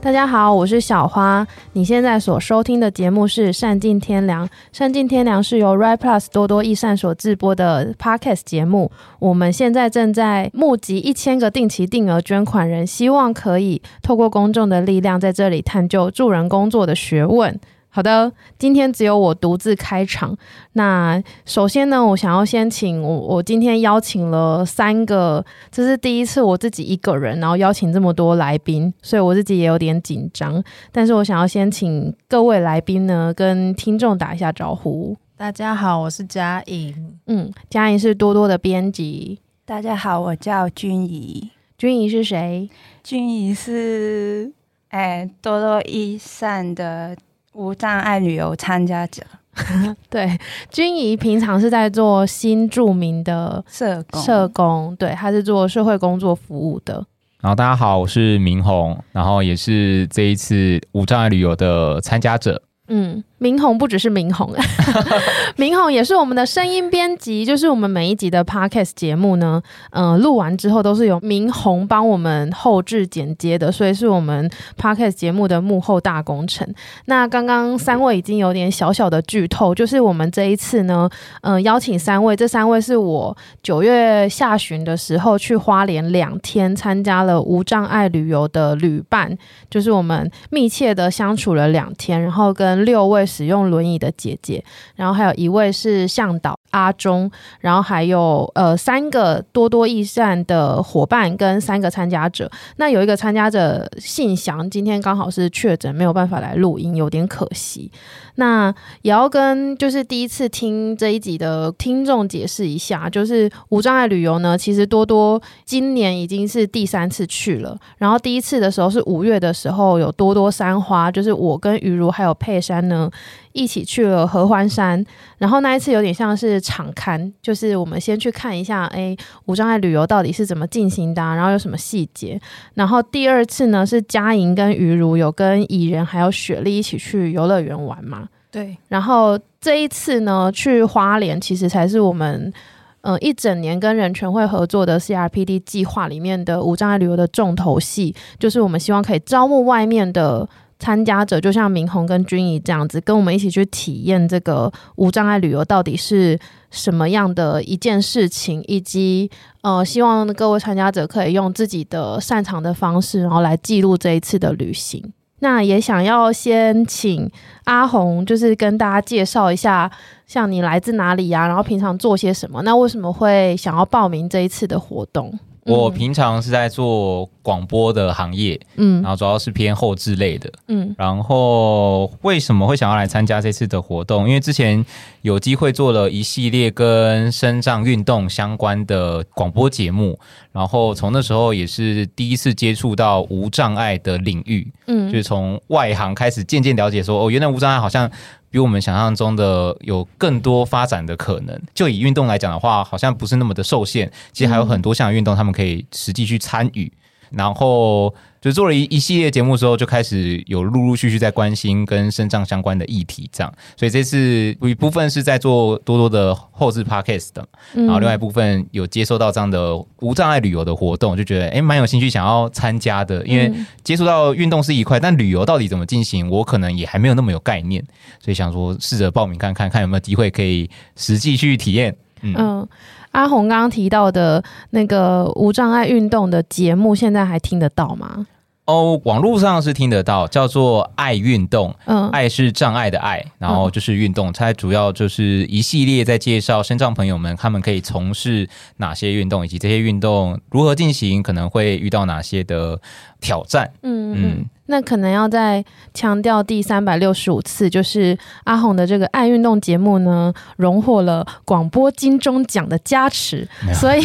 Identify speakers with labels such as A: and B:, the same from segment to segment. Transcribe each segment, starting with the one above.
A: 大家好，我是小花。你现在所收听的节目是《善尽天良》。《善尽天良》是由 r i Plus 多多益善所制播的 Podcast 节目。我们现在正在募集一千个定期定额捐款人，希望可以透过公众的力量，在这里探究助人工作的学问。好的，今天只有我独自开场。那首先呢，我想要先请我，我今天邀请了三个这是第一次我自己一个人，然后邀请这么多来宾，所以我自己也有点紧张。但是我想要先请各位来宾呢，跟听众打一下招呼。
B: 大家好，我是嘉颖。
A: 嗯，佳怡是多多的编辑，
C: 大家好，我叫君怡，
A: 君怡是谁？
C: 君怡是哎多多益善的无障碍旅游参加者
A: 对，君怡平常是在做新著名的
C: 社工，
A: 社工，对，她是做社会工作服务的。
D: 然后大家好，我是明宏，然后也是这一次无障碍旅游的参加者。
A: 嗯，明宏不只是明宏，明宏也是我们的声音编辑，就是我们每一集的 podcast 节目呢，嗯、录完之后都是由明宏帮我们后置剪接的，所以是我们 podcast 节目的幕后大工程。那刚刚三位已经有点小小的剧透，就是我们这一次呢，嗯、邀请三位，这三位是我九月下旬的时候去花莲两天参加了无障碍旅游的旅伴，就是我们密切的相处了两天，然后跟六位使用轮椅的姐姐，然后还有一位是向导阿忠，然后还有呃三个多多益善的伙伴跟三个参加者。那有一个参加者信祥今天刚好是确诊，没有办法来录音，有点可惜。那也要跟就是第一次听这一集的听众解释一下，就是无障碍旅游呢，其实多多今年已经是第三次去了，然后第一次的时候是五月的时候，有多多山花，就是我跟雨茹还有佩珊呢一起去了合欢山，然后那一次有点像是场刊，就是我们先去看一下，哎，无障碍旅游到底是怎么进行的啊、然后有什么细节。然后第二次呢是嘉莹跟雨茹有跟蚁人还有雪莉一起去游乐园玩嘛，
B: 对，
A: 然后这一次呢，去花莲其实才是我们嗯、呃一整年跟人权会合作的 CRPD 计划里面的无障碍旅游的重头戏，就是我们希望可以招募外面的。参加者就像明宏跟君怡这样子，跟我们一起去体验这个无障碍旅游到底是什么样的一件事情，以及呃，希望各位参加者可以用自己的擅长的方式，然后来记录这一次的旅行。那也想要先请阿红就是跟大家介绍一下，像你来自哪里呀、然后平常做些什么？那为什么会想要报名这一次的活动？
D: 我平常是在做广播的行业，
A: 嗯
D: 然后主要是偏后置类的。
A: 嗯
D: 然后为什么会想要来参加这次的活动？因为之前有机会做了一系列跟身障运动相关的广播节目，然后从那时候也是第一次接触到无障碍的领域，
A: 嗯
D: 就是从外行开始渐渐了解说，哦，原来无障碍好像比我们想象中的有更多发展的可能。就以运动来讲的话，好像不是那么的受限，其实还有很多项运动他们可以实际去参与。然后就做了一一系列节目之后，就开始有陆陆续续在关心跟身障相关的议题，这样。所以这次有一部分是在做多多的后置 podcast 的，
A: 嗯
D: 然后另外一部分有接收到这样的无障碍旅游的活动，就觉得诶蛮有兴趣想要参加的，因为
A: 嗯
D: 接触到运动是一块，但旅游到底怎么进行，我可能也还没有那么有概念，所以想说试着报名看看，看有没有机会可以实际去体验。嗯，
A: 嗯，阿红刚刚提到的那个无障碍运动的节目，现在还听得到吗？
D: 哦，网络上是听得到，叫做“爱运动”，
A: 嗯，
D: 爱是障碍的爱，然后就是运动，它主要就是一系列在介绍身障朋友们他们可以从事哪些运动，以及这些运动如何进行，可能会遇到哪些的挑战。
A: 嗯嗯
D: 嗯，
A: 那可能要再强调第三百六十五次，就是阿红的这个爱运动节目呢，荣获了广播金钟奖的加持
D: 没，有
A: 所以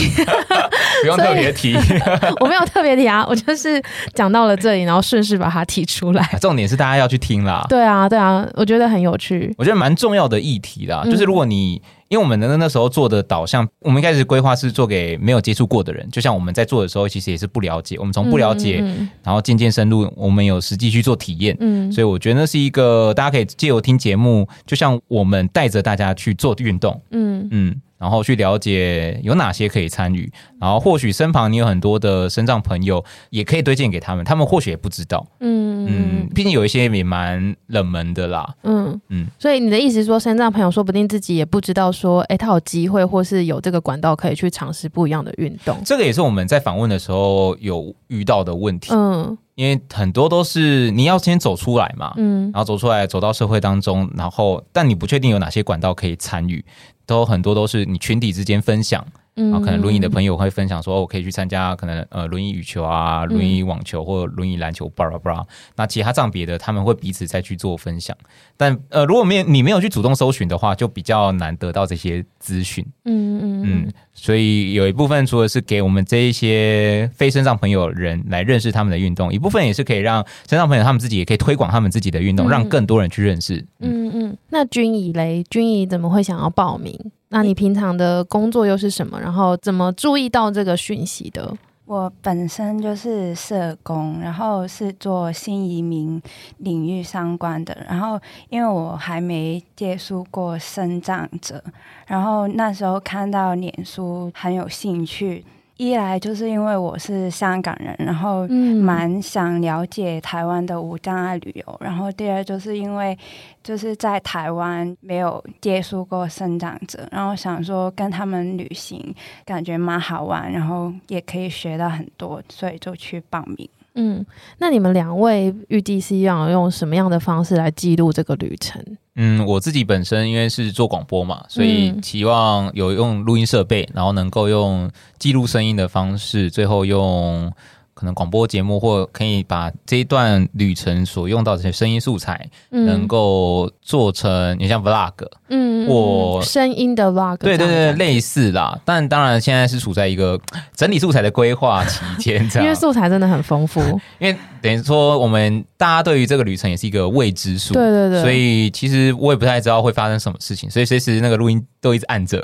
D: 不用特别提。
A: 我没有特别提啊，我就是讲到了这里，然后顺势把它提出 来。
D: 重点是大家要去听啦，
A: 对啊，对啊，我觉得很有趣。
D: 我觉得蛮重要的议题啦，
A: 嗯
D: 就是如果你。因为我们那那时候做的导向，我们一开始规划是做给没有接触过的人，就像我们在做的时候，其实也是不了解，我们从不了解，
A: 嗯
D: 然后渐渐深入，我们有实际去做体验，
A: 嗯，
D: 所以我觉得那是一个大家可以借由听节目，就像我们带着大家去做运动，
A: 嗯
D: 嗯，然后去了解有哪些可以参与，然后或许身旁你有很多的身障朋友，也可以推荐给他们，他们或许也不知道，
A: 嗯
D: 嗯，
A: 嗯
D: 毕竟有一些也蛮冷门的啦，
A: 嗯
D: 嗯
A: 嗯，所以你的意思是说，身障朋友说不定自己也不知道说，哎、他有机会或是有这个管道可以去尝试不一样的运 动。
D: 这个也是我们在访问的时候有遇到的问题，
A: 嗯
D: 因为很多都是你要先走出来嘛，
A: 嗯
D: 然后走出来，走到社会当中，然后但你不确定有哪些管道可以参与，都很多都是你群体之间分享，
A: 嗯，
D: 然后可能轮椅的朋友会分享说，哦我可以去参加可能呃轮椅羽球啊、
A: 嗯
D: 轮椅网球或轮椅篮球，巴拉巴拉。那其他障别的他们会彼此再去做分享，但呃如果没有你没有去主动搜寻的话，就比较难得到这些资讯。
A: 嗯，嗯嗯
D: 嗯，所以有一部分除了是给我们这一些非身障朋友人来认识他们的运动，一部分也是可以让身障朋友他们自己也可以推广他们自己的运动，
A: 嗯
D: 让更多人去认识。嗯，
A: 嗯嗯，那军仪嘞，军仪怎么会想要报名？那你平常的工作又是什么？然后怎么注意到这个讯息的？
C: 我本身就是社工，然后是做新移民领域相关的。然后因为我还没接触过生长者，然后那时候看到脸书很有兴趣。一来就是因为我是香港人，然后
A: 嗯
C: 蛮想了解台湾的无障碍旅游。然后第二就是因为就是在台湾没有接触过生长者，然后想说跟他们旅行，感觉蛮好玩，然后也可以学到很多，所以就去报名。
A: 嗯，那你们两位预计是要用什么样的方式来记录这个旅程？
D: 嗯，我自己本身因为是做广播嘛，所以
A: 嗯
D: 期望有用录音设备，然后能够用记录声音的方式，最后用可能广播节目或可以把这一段旅程所用到的这些声音素材，
A: 嗯
D: 能够做成你像 vlog，
A: 嗯，嗯
D: 我
A: 嗯声音的 vlog，
D: 对
A: 这
D: 对对，
A: 样子
D: 类似啦。但当然现在是处在一个整理素材的规划期间，这
A: 因为
D: 样，
A: 素材真的很丰 富。
D: 因为等于说我们大家对于这个旅程也是一个未知数。
A: 对对对，
D: 所以其实我也不太知道会发生什么事情，所以随时那个录音都一直按着，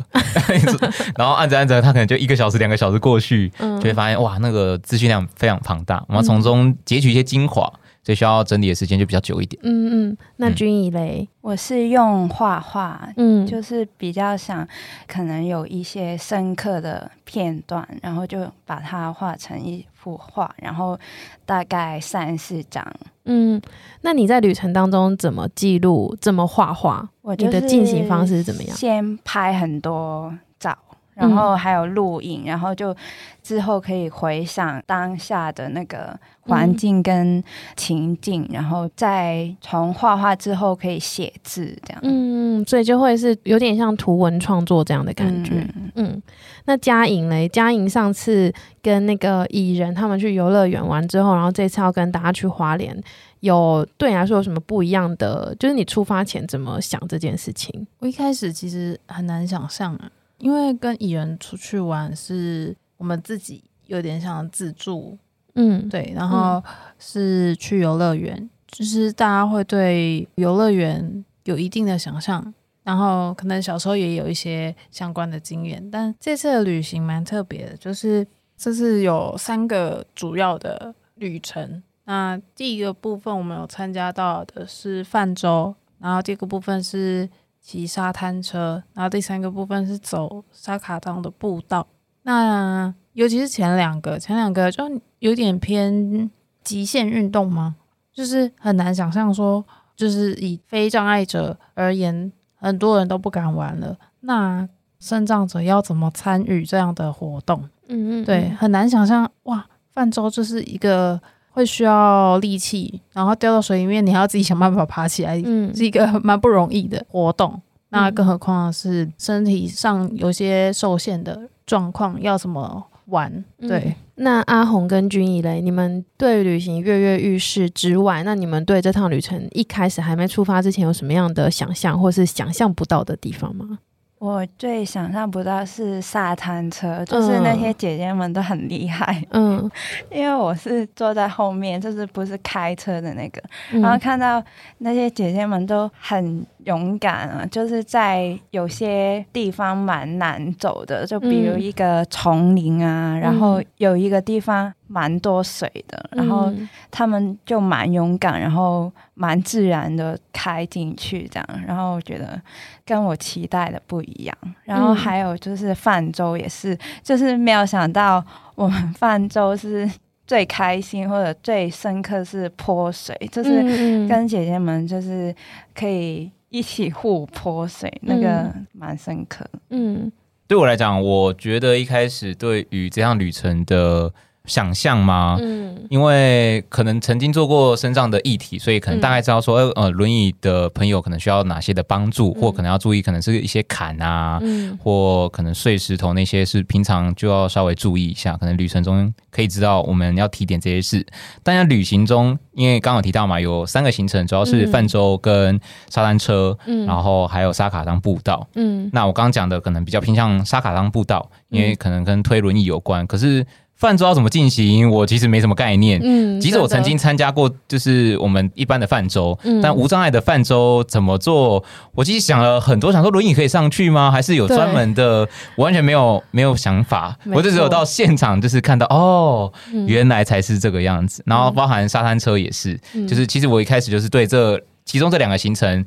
D: 然后按着按着，它可能就一个小时、两个小时过去，
A: 嗯
D: 就会发现哇，那个资讯量非常庞大，我们要从中截取一些精华，所以需要整理的时间就比较久一点。
A: 嗯嗯，那
D: 嗯
A: 军仪嘞，
C: 我是用画画，
A: 嗯，
C: 就是比较想可能有一些深刻的片段，然后就把它画成一幅画，然后大概三四张。
A: 嗯，那你在旅程当中怎么记录，怎么画画？
C: 我就
A: 你
C: 是
A: 的进行方式是怎么样？嗯
C: 先拍很多照，然后还有录影，然后就之后可以回想当下的那个环境跟情境，然后再从画画之后可以写字这样。
A: 嗯，嗯所以就会是有点像图文创作这样的感觉。
C: 嗯
A: 嗯，那嘉颖嘞，嘉颖上次跟那个蚁人他们去游乐园玩之后，然后这次要跟大家去花莲，有对你来说有什么不一样的？就是你出发前怎么想这件事情？
B: 我一开始其实很难想象啊，因为跟蚁人出去玩是我们自己有点像自助，
A: 嗯，
B: 对，然后是去游乐园，就是大家会对游乐园有一定的想象。然后可能小时候也有一些相关的经验，但这次的旅行蛮特别的，就是这次有三个主要的旅程。那第一个部分我们有参加到的是泛舟，然后第二个部分是骑沙滩车，然后第三个部分是走沙卡当的步道。那尤其是前两个，前两个就有点偏极限运动吗？就是很难想象说，就是以非障碍者而言，很多人都不敢玩了。那身障者要怎么参与这样的活动？
A: 嗯嗯，
B: 对，很难想象哇，泛舟就是一个会需要力气，然后掉到水里面，你还要自己想办法爬起来，
A: 嗯，
B: 是一个蛮不容易的活动。那更何况是身体上有些受限的状况，要怎么玩？
A: 嗯
B: 对，
A: 那阿红跟君怡嘞，你们对旅行跃跃欲试之外，那你们对这趟旅程一开始还没出发之前有什么样的想象，或是想象不到的地方吗？
C: 我最想象不到是沙滩车，就是那些姐姐们都很厉害，
A: 嗯，
C: 因为我是坐在后面，就是不是开车的那个，
A: 嗯
C: 然后看到那些姐姐们都很勇敢啊，就是在有些地方蛮难走的，就比如
A: 嗯
C: 一个丛林啊，然后
A: 嗯
C: 有一个地方蛮多水的，然后
A: 嗯
C: 他们就蛮勇敢，然后蛮自然的开进去这样，然后我觉得跟我期待的不一样。然后还有就是泛舟也是，就是没有想到我们泛舟是最开心或者最深刻是泼水，就是
A: 嗯嗯
C: 跟姐姐们就是可以一起互泼水，那个蛮深刻。
A: 嗯
D: 对我来讲，我觉得一开始对于这趟旅程的想象嘛，
A: 嗯
D: 因为可能曾经做过身障的议题，所以可能大概
A: 嗯
D: 知道说，呃，轮椅的朋友可能需要哪些的帮助，
A: 嗯
D: 或可能要注意，可能是一些坎啊，
A: 嗯
D: 或可能碎石头那些是平常就要稍微注意一下，可能旅程中可以知道我们要提点这些事。但在旅行中，因为刚刚有提到嘛，有三个行程，主要是
A: 嗯
D: 泛舟跟沙滩车，
A: 嗯，
D: 然后还有沙卡当步道。
A: 嗯
D: 那我刚刚讲的可能比较偏向沙卡当步道，因为可能跟推轮椅有关。可是泛舟要怎么进行，我其实没什么概念。
A: 嗯，
D: 即使我
A: 真
D: 曾
A: 的
D: 经参加过，就是我们一般的泛舟，
A: 嗯
D: 但无障碍的泛舟怎么做？我其实想了很多，想说轮椅可以上去吗？还是有
A: 对
D: 专门的？我完全没有没有想法，
A: 没错
D: 我就只有到现场就是看到哦，
A: 嗯
D: 原来才是这个样子。然后包含沙滩车也是，
A: 嗯
D: 就是其实我一开始就是对这其中这两个行程，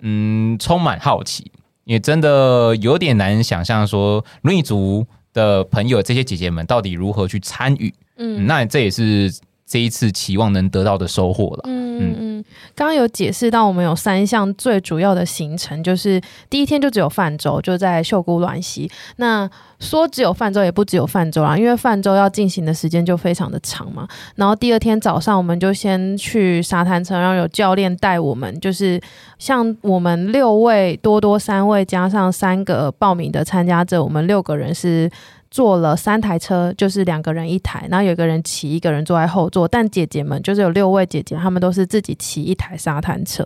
D: 嗯，充满好奇，也真的有点难想象说轮椅族的朋友这些姐姐们到底如何去参与。嗯
A: 嗯
D: 那这也是这一次期望能得到的收获了。
A: 嗯嗯，刚刚有解释到，我们有三项最主要的行程，就是第一天就只有泛舟，就在秀姑峦溪。那说只有泛舟也不只有泛舟啦，因为泛舟要进行的时间就非常的长嘛。然后第二天早上，我们就先去沙滩车，然后有教练带我们，就是像我们六位多多三位加上三个报名的参加者，我们六个人是坐了三台车，就是两个人一台，然后有一个人骑，一个人坐在后座。但姐姐们就是有六位姐姐，她们都是自己骑一台沙滩车。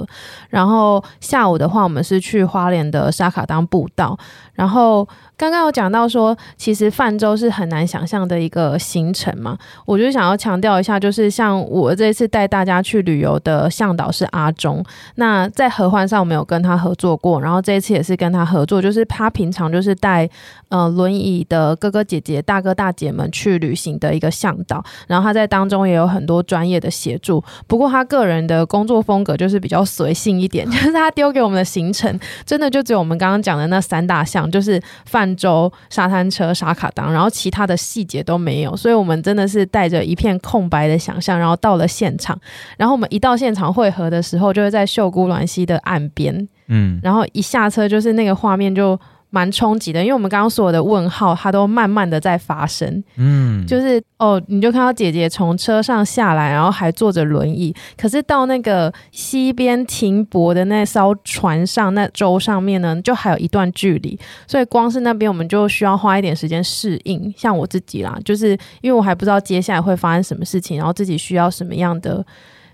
A: 然后下午的话，我们是去花莲的沙卡当步道。然后刚刚有讲到说，其实泛舟是很难想象的一个行程嘛。我就想要强调一下，就是像我这次带大家去旅游的向导是阿忠，那在合欢上我们有跟他合作过，然后这一次也是跟他合作，就是他平常就是带呃轮椅的哥哥姐姐、大哥大姐们去旅行的一个向导，然后他在当中也有很多专业的协助。不过他个人的工作风格就是比较随性一点， 就是他丢给我们的行程真的就只有我们刚刚讲的那三大项，就是泛舟、沙滩车、沙卡当，然后其他的细节都没有，所以我们真的是带着一片空白的想象，然后到了现场，然后我们一到现场汇合的时候，就会在秀姑峦溪的岸边，
D: 嗯，
A: 然后一下车就是那个画面就蛮冲击的，因为我们刚刚所有的问号，它都慢慢的在发生，
D: 嗯，
A: 就是哦，你就看到姐姐从车上下来，然后还坐着轮椅，可是到那个西边停泊的那艘船上，那舟上面呢，就还有一段距离，所以光是那边我们就需要花一点时间适应。像我自己啦，就是因为我还不知道接下来会发生什么事情，然后自己需要什么样的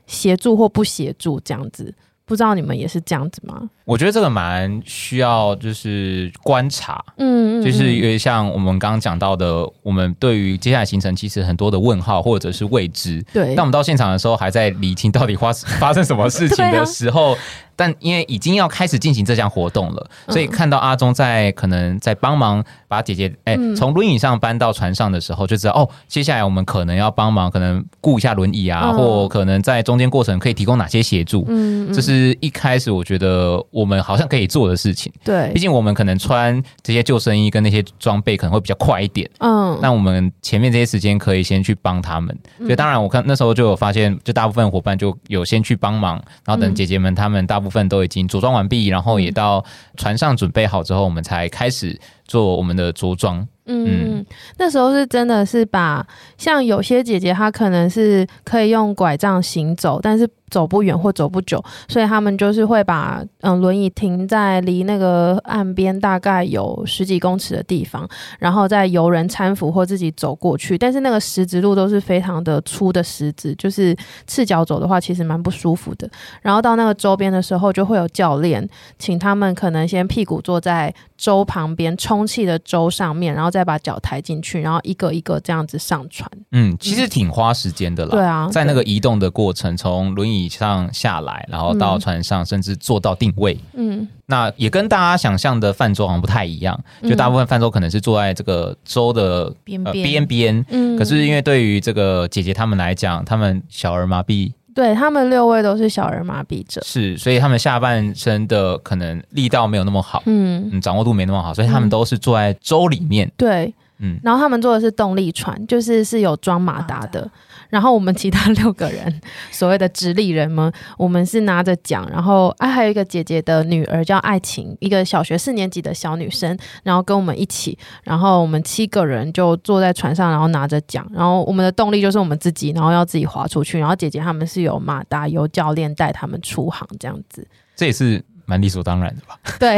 A: 协助或不协助这样子。不知道你们也是这样子吗？
D: 我觉得这个蛮需要就是观察，
A: 嗯
D: 就是因为像我们刚刚讲到的，我们对于接下来行程其实很多的问号或者是未知。
A: 对，
D: 当我们到现场的时候，还在理清到底发发生什么事情
A: 对
D: 的
A: 啊
D: 时候，但因为已经要开始进行这项活动了，
A: 嗯
D: 所以看到阿忠在可能在帮忙把姐姐哎
A: 嗯
D: 从轮椅上搬到船上的时候，就知道哦，接下来我们可能要帮忙，可能顾一下轮椅啊，
A: 嗯
D: 或可能在中间过程可以提供哪些协助。
A: 嗯，嗯
D: 这是一开始我觉得我们好像可以做的事情，
A: 对
D: 毕，竟我们可能穿这些救生衣跟那些装备可能会比较快一点，
A: 嗯，
D: 那我们前面这些时间可以先去帮他们。所以当然，我看那时候就有发现，就大部分伙伴就有先去帮忙，然后等
A: 嗯
D: 姐姐们她们大部分都已经着装完毕，然后也到船上准备好之后，我们才开始做我们的着装。
A: 嗯，那时候是真的是把像有些姐姐她可能是可以用拐杖行走，但是走不远或走不久，所以他们就是会把嗯轮椅停在离那个岸边大概有十几公尺的地方，然后再由人搀扶或自己走过去。但是那个石子路都是非常的粗的石子，就是赤脚走的话其实蛮不舒服的。然后到那个周边的时候，就会有教练请他们可能先屁股坐在 粥旁边充气的粥上面，然后再把脚抬进去，然后一个一个这样子上船。
D: 嗯，其实挺花时间的啦。
A: 对啊，
D: 在那个移动的过程，从轮椅上下来，然后到船上，甚至坐到定位，
A: 嗯，
D: 那也跟大家想象的泛舟好像不太一样。
A: 嗯
D: 就大部分泛舟可能是坐在这个舟的
B: 边
D: 呃
B: 边
D: 边边，
A: 嗯
D: 可是因为对于这个姐姐她们来讲，她们小儿麻痹
A: 对他们六位都是小儿麻痹者，
D: 是，所以她们下半身的可能力道没有那么好，
A: 嗯，
D: 嗯，掌握度没那么好，所以她们
A: 嗯
D: 都是坐在舟里面，
A: 对。
D: 嗯，
A: 然后他们坐的是动力船，就是是有装马达的。然后我们其他六个人， 所谓的直立人们，我们是拿着桨，然后哎、还有一个姐姐的女儿叫爱琴，一个小学四年级的小女生，然后跟我们一起，然后我们七个人就坐在船上，然后拿着桨，然后我们的动力就是我们自己，然后要自己划出去，然后姐姐他们是有马达，有教练带他们出航这样子。
D: 这也是蛮理所当然的吧？
A: 对。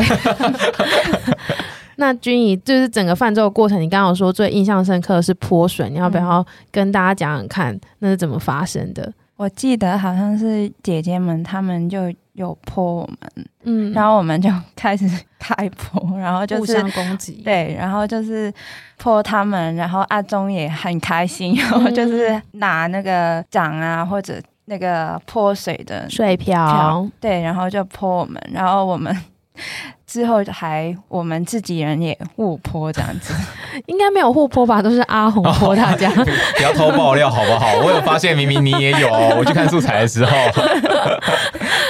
A: 那君怡，就是整个泛舟的过程，你刚刚有说最印象深刻的是泼水，你要不要跟大家讲讲看，那是怎么发生的？
C: 我记得好像是姐姐们她们就有泼我们，
A: 嗯，
C: 然后我们就开始开泼，然后就
B: 互
C: 是
B: 相攻击，
C: 对，然后就是泼他们，然后阿忠也很开心，然后就是拿那个掌啊或者那个泼水的，
A: 水漂
C: 漂，对，然后就泼我们，然后我们之后还我们自己人也互泼这样子，
A: 应该没有互泼吧，都是阿红 泼大家。
D: 不要偷爆料好不好？我有发现，明明你也有，哦我去看素材的 时候，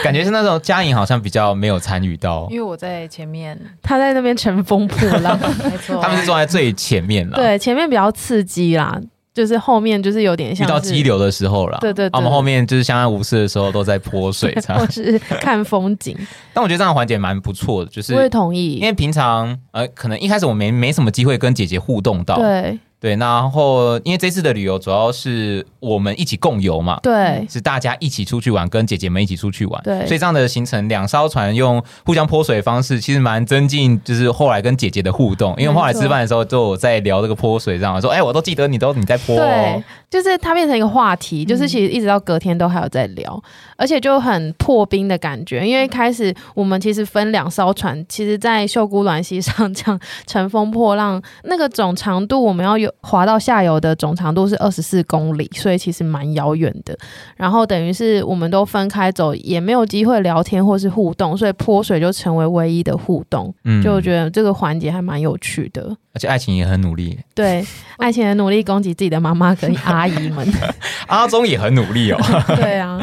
D: 感觉是那种嘉颖好像比较没有参与到
B: 因，为我在前 面，
A: 他在那边乘风破浪，
B: 没错，
D: 他们是坐在最前面了，，
A: 对，前面比较刺激啦，就是后面就是有点
D: 遇
A: 像
D: 到
A: 是
D: 激，流的时候了，
A: 对对对
D: 啊我们后面就是相安无事的时候都在泼水这
A: 或
D: 样，
A: 是看风景。
D: 但我觉得这样的环节蛮不错的，就
A: 我也
D: 是。
A: 同
D: 因
A: 意，
D: 为平常呃，可能一开始我没没什么机会跟姐姐互动到，
A: 对
D: 对，然后因为这次的旅游主要是我们一起共游嘛，
A: 对
D: 是大家一起出去玩，跟姐姐们一起出去玩。
A: 对
D: 所以这样的行程，两艘船用互相泼水的方式，其实蛮增进就是后来跟姐姐的互动。因为我们后来吃饭的时候，就有在聊这个泼水，这样说，哎、我都记得你都你在泼、哦
A: 对。，就是它变成一个话题，就是其实一直到隔天都还有在聊，而且就很破冰的感觉。因为一开始我们其实分两艘船，其实，在秀姑峦溪上这样 乘风破浪，那个总长度我们要有划到下游的总长度是二十四公里，所以其实蛮遥远的。然后等于是我们都分开走，也没有机会聊天或是互动，所以泼水就成为唯一的互动。
D: 嗯
A: 就我觉得这个环节还蛮有趣的。
D: 而且爱情也很努力，
A: 对，爱情的努力攻击自己的妈妈跟阿姨们。
D: 阿忠也很努力哦。
A: 对啊，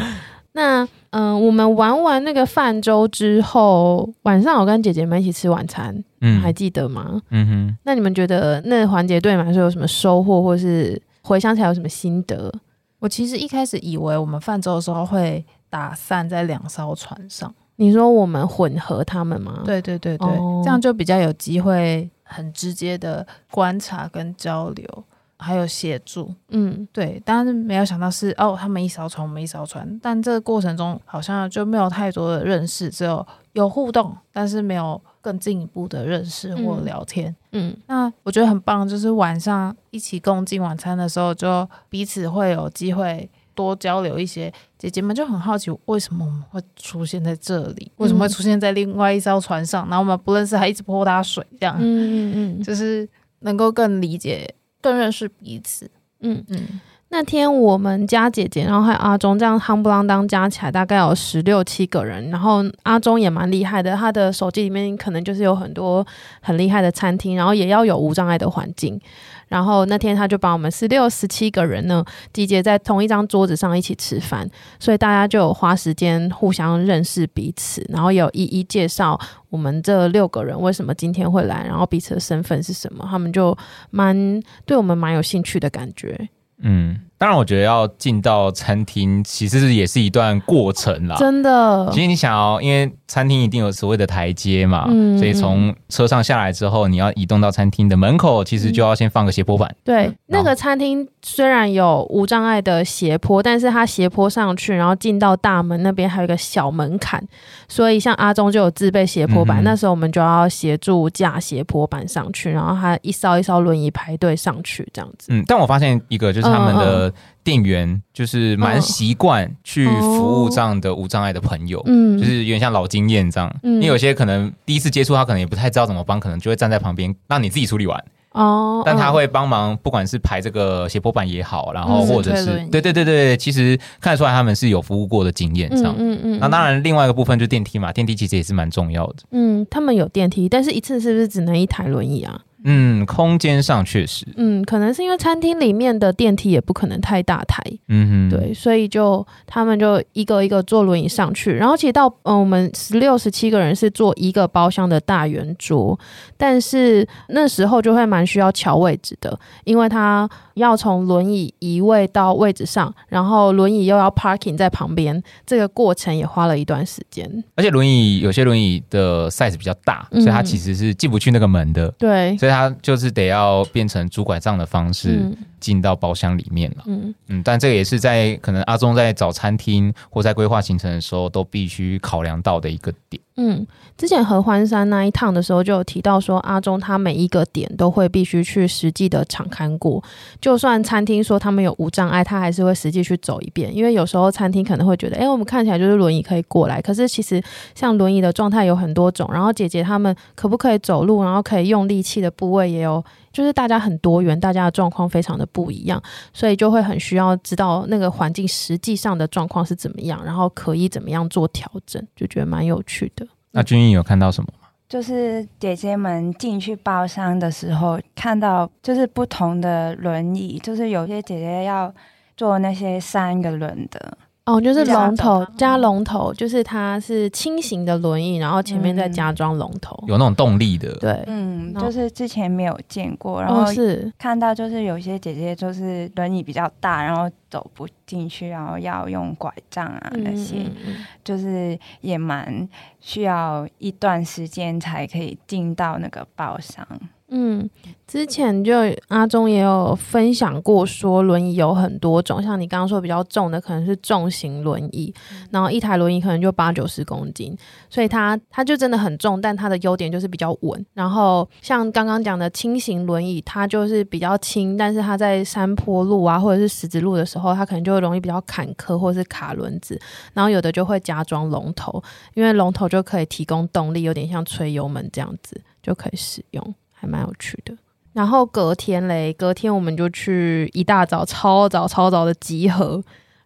A: 那嗯、呃我们玩完那个泛舟之后，晚上我跟姐姐们一起吃晚餐， 还
D: 嗯
A: 记得吗？
D: 嗯哼，
A: 那你们觉得那环节对你们来说有什么收获，或是回想起来有什么心得？
B: 我其实一开始以为我们泛舟的时候会打散在两艘船上，
A: 你说我们混合他们
D: 嗯
A: 吗？，
B: 对对对对，
A: 哦
B: 这样就比较有机会很直接的观察跟交流，还有协助。
A: 嗯，
B: 对，但是没有想到是哦，他们一艘船，我们一艘船，但这个过程中好像就没有太多的认识，只有有互动，但是没有更进一步的认识或
A: 嗯
B: 聊天。
A: 嗯
B: 那我觉得很棒，就是晚上一起共进晚餐的时候，就彼此会有机会多交流一些。姐姐们就很好奇，为什么我们会出现在这里？为什么会出现在另外一艘船上？然后我们不认识，还一直泼她水，这样、
A: 嗯嗯嗯
B: 就是能够更理解、更认识彼此。
A: 嗯。
B: 嗯，
A: 那天我们加姐姐，然后还有阿忠，这样夯不啷当加起来大概有十六七个人。然后阿忠也蛮厉害的，他的手机里面可能就是有很多很厉害的餐厅，然后也要有无障碍的环境。然后那天他就把我们十六十七个人呢集结在同一张桌子上一起吃饭，所以大家就有花时间互相认识彼此，然后也有一一介绍我们这六个人为什么今天会来，然后彼此的身份是什么，他们就蛮对我们蛮有兴趣的感觉。
D: 嗯，当然，我觉得要进到餐厅，其实也是一段过程啦。
A: 真的
D: 其实你想哦，因为餐厅一定有所谓的台阶嘛，
A: 嗯
D: 所以从车上下来之后，你要移动到餐厅的门口，其实就要先放个斜坡板。
A: 对
D: 嗯。
A: 那个餐厅虽然有无障碍的斜坡，但是它斜坡上去，然后进到大门那边还有一个小门槛，所以像阿忠就有自备斜坡板。
D: 嗯哼
A: 那时候我们就要协助架斜坡板上去，然后他一艘一艘轮椅排队上去，这样子。
D: 嗯，但我发现一个就是他们
A: 嗯
D: 的店员就是蛮习惯去服务这样的无障碍的朋友，
A: 嗯，
D: 就是有点像老经验这样。
A: 嗯
D: 因为有些可能第一次接触，他可能也不太知道怎么帮，可能就会站在旁边让你自己处理完，
A: 哦，
D: 但他
A: 嗯
D: 会帮忙，不管是排这个斜坡板也好，然后
A: 嗯
D: 或者
B: 推
D: 是
B: 轮椅
D: 对对对对，其实看得出来他们是有服务过的经验这样
A: 嗯。嗯嗯，
D: 那当然，另外一个部分就是电梯嘛，电梯其实也是蛮重要的。
A: 嗯，他们有电梯，但是一次是不是只能一台轮椅啊？
D: 嗯，空间上确实，
A: 嗯，可能是因为餐厅里面的电梯也不可能太大台，
D: 嗯哼，
A: 对，所以就他们就一个一个坐轮椅上去，然后其实到嗯、呃我们十六十七个人是坐一个包厢的大圆桌，但是那时候就会蛮需要调位置的，因为他要从轮椅移位到位置上，然后轮椅又要 parking 在旁边，这个过程也花了一段时间。
D: 而且轮椅有些轮椅的 size 比较大，
A: 嗯
D: 所以它其实是进不去那个门的，
A: 对，
D: 所以它就是得要变成拄拐杖的方式
A: 嗯
D: 进到包厢里面了。
A: 嗯
D: 嗯，但这个也是在可能阿忠在找餐厅或在规划行程的时候都必须考量到的一个点。
A: 嗯，之前合欢山那一趟的时候就有提到说，阿中他每一个点都会必须去实际的场勘过，就算餐厅说他们有无障碍，他还是会实际去走一遍，因为有时候餐厅可能会觉得，哎、我们看起来就是轮椅可以过来，可是其实像轮椅的状态有很多种，然后姐姐他们可不可以走路，然后可以用力气的部位也有，就是大家很多元，大家的状况非常的不一样，所以就会很需要知道那个环境实际上的状况是怎么样，然后可以怎么样做调整，就觉得蛮有趣的。
D: 那君毅有看到什么？
C: 就是姐姐们进去包厢的时候，看到就是不同的轮椅，就是有些姐姐要坐那些三个轮的，
A: 哦，就是
C: 加
A: 龙头
B: 装
A: 加龙头，就是它是轻型的轮椅，然后前面再
C: 嗯
A: 加装龙头。
D: 有那种动力的，
A: 对，
C: 嗯，
A: 哦
C: 就是之前没有见过，然后
A: 哦是，
C: 看到就是有些姐姐就是轮椅比较大，然后走不进去，然后要用拐杖啊
A: 嗯
C: 那些，
A: 嗯嗯
C: 就是也蛮需要一段时间才可以进到那个包厢。
A: 嗯，之前就阿忠也有分享过，说轮椅有很多种，像你刚刚说比较重的可能是重型轮椅，然后一台轮椅可能就八九十公斤，所以它它就真的很重，但它的优点就是比较稳。然后像刚刚讲的轻型轮椅，它就是比较轻，但是它在山坡路啊或者是石子路的时候，它可能就会容易比较坎坷或是卡轮子，然后有的就会加装龙头，因为龙头就可以提供动力，有点像吹油门这样子就可以使用，还蛮有趣的。然后隔天嘞，隔天我们就去一大早超早超早的集合，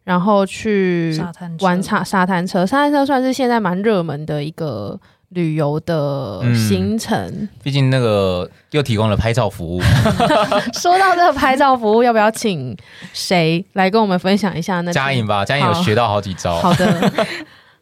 A: 然后去
B: 沙滩车
A: 玩沙沙滩车，沙滩车算是现在蛮热门的一个旅游的
D: 嗯
A: 行程。
D: 毕竟那个又提供了拍照服务，
A: 说到这个拍照服务，要不要请谁来跟我们分享一下呢？
D: 嘉颖吧，嘉颖有
A: 好
D: 学到好几招。
A: 好的，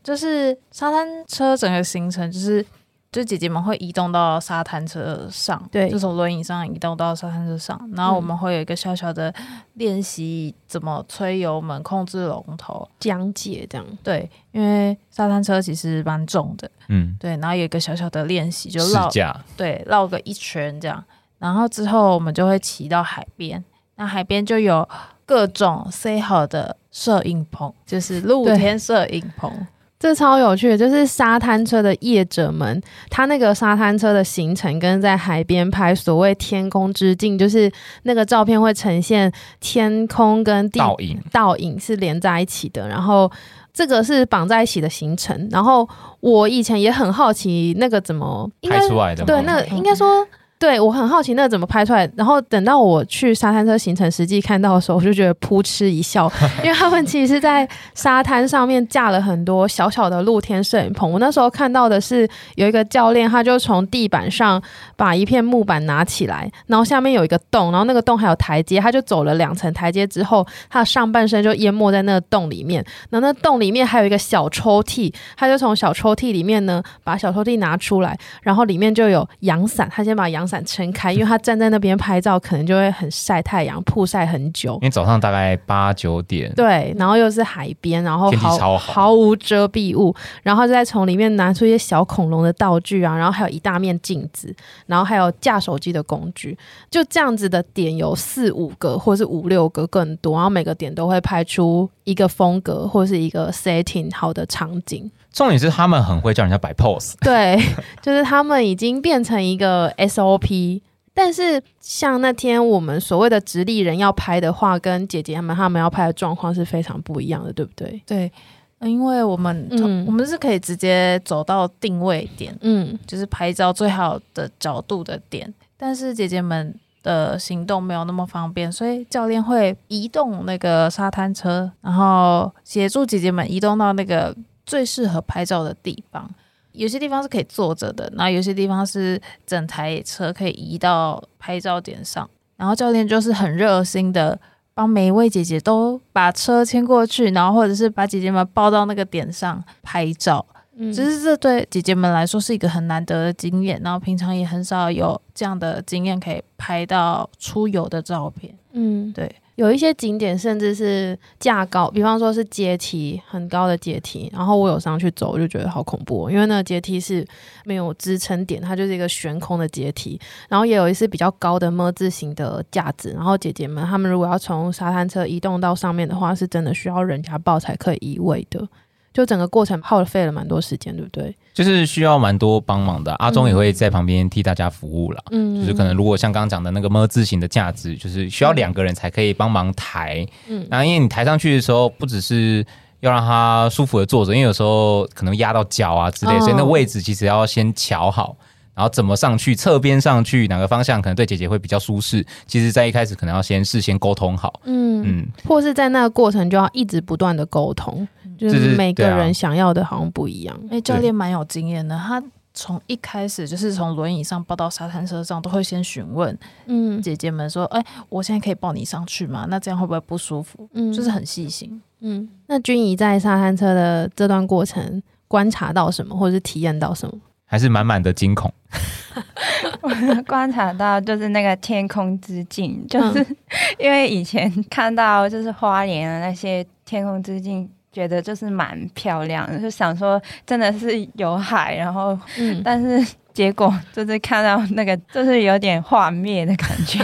B: 就是沙滩车整个行程就是。就姐姐们会移动到沙滩车上，
A: 对
B: 就从轮椅上移动到沙滩车上，然后我们会有一个小小的练习怎么吹油门、控制龙头，
A: 讲解这样。
B: 对，因为沙滩车其实蛮重的，
D: 嗯，
B: 对，然后有一个小小的练习，就
D: 试
B: 绕
D: 驾，
B: 对，绕个一圈这样，然后之后我们就会骑到海边，那海边就有各种塞好的摄影棚，就是露
A: 对
B: 天摄影棚，
A: 这超有趣的，就是沙滩车的业者们，他那个沙滩车的行程跟在海边拍所谓天空之镜，就是那个照片会呈现天空跟地
D: 倒影。
A: 倒影是连在一起的，然后这个是绑在一起的行程。然后我以前也很好奇那个怎么应该
D: 拍出来的吗
A: 对，那个应该说。对，我很好奇那个怎么拍出来。然后等到我去沙滩车行程实际看到的时候，我就觉得扑哧一 笑，因为他们其实是在沙滩上面架了很多小小的露天摄影棚。我那时候看到的是有一个教练，他就从地板上把一片木板拿起来，然后下面有一个洞，然后那个洞还有台阶，他就走了两层台阶之后，他的上半身就淹没在那个洞里面。然后那洞里面还有一个小抽屉，他就从小抽屉里面呢把小抽屉拿出来，然后里面就有阳伞，他先把阳伞撑开，因为他站在那边拍照，可能就会很晒太阳，曝晒很久
D: 因。为早上大概八九点，
A: 对，然后又是海边，然后
D: 天气
A: 毫
D: 超好
A: 毫无遮蔽物，然后就再从里面拿出一些小恐龙的道具啊，然后还有一大面镜子，然后还有架手机的工具，就这样子的点有四五个或是五六个更多，然后每个点都会拍出一个风格或是一个 setting 好的场景。
D: 重点是他们很会叫人家摆 pose，
A: 对，就是他们已经变成一个 SOP。但 是像那天我们所谓的直立人要拍的话，跟姐姐他们他们要拍的状况是非常不一样的，对不对？
B: 对，呃因为我们、
A: 嗯
B: 我们是可以直接走到定位点，
A: 嗯，
B: 就是拍照最好的角度的点，但是姐姐们的行动没有那么方便，所以教练会移动那个沙滩车，然后协助姐姐们移动到那个最适合拍照的地方。有些地方是可以坐着的，然后有些地方是整台车可以移到拍照点上。然后教练就是很热心的帮每一位姐姐都把车牵过去，然后或者是把姐姐们抱到那个点上拍照。
A: 嗯
B: 只是这对姐姐们来说是一个很难得的经验，然后平常也很少有这样的经验可以拍到出游的照片。
A: 嗯，
B: 对，
A: 有一些景点甚至是架高，比方说是阶梯，很高的阶梯。然后我有上去走，我就觉得好恐怖、哦，因为那个阶梯是没有支撑点，它就是一个悬空的阶梯。然后也有一次比较高的么字形的架子。然后姐姐们她们如果要从沙滩车移动到上面的话，是真的需要人家抱才可以移位的。就整个过程耗费了蛮多时间，对不对？
D: 就是需要蛮多帮忙的。啊阿忠也会在旁边替大家服务啦。
A: 嗯
D: 就是可能如果像刚刚讲的那个么字形的架子，就是需要两个人才可以帮忙抬。
A: 嗯
D: 嗯，然后因为你抬上去的时候，不只是要让他舒服的坐着，因为有时候可能压到脚啊之类，
A: 哦
D: 所以那位置其实要先瞧好。然后怎么上去，侧边上去哪个方向可能对姐姐会比较舒适。其实，在一开始可能要先事先沟通好，
A: 嗯，
D: 嗯，
A: 或是在那个过程就要一直不断的沟通，
B: 嗯
A: 就
D: 就是是
A: 每个
D: 对啊
A: 人想要的好像不一样。
B: 哎、教练蛮有经验的，他从一开始就是从轮椅上抱到沙滩车上，都会先询问
A: 嗯
B: 姐姐们说：“哎、我现在可以抱你上去吗？那这样会不会不舒服？”
A: 嗯
B: 就是很细心。
A: 嗯。那君怡在沙滩车的这段过程观察到什么，或者是体验到什么？
D: 还是满满的惊恐。
C: 观察到就是那个天空之镜，
A: 嗯
C: 就是、因为以前 看到就是花莲的那些天空之镜，觉得就是蛮漂亮的，就想说真的是有海，然后
A: 嗯，
C: 但是 结果就是看到那个就是有点幻灭的感 觉，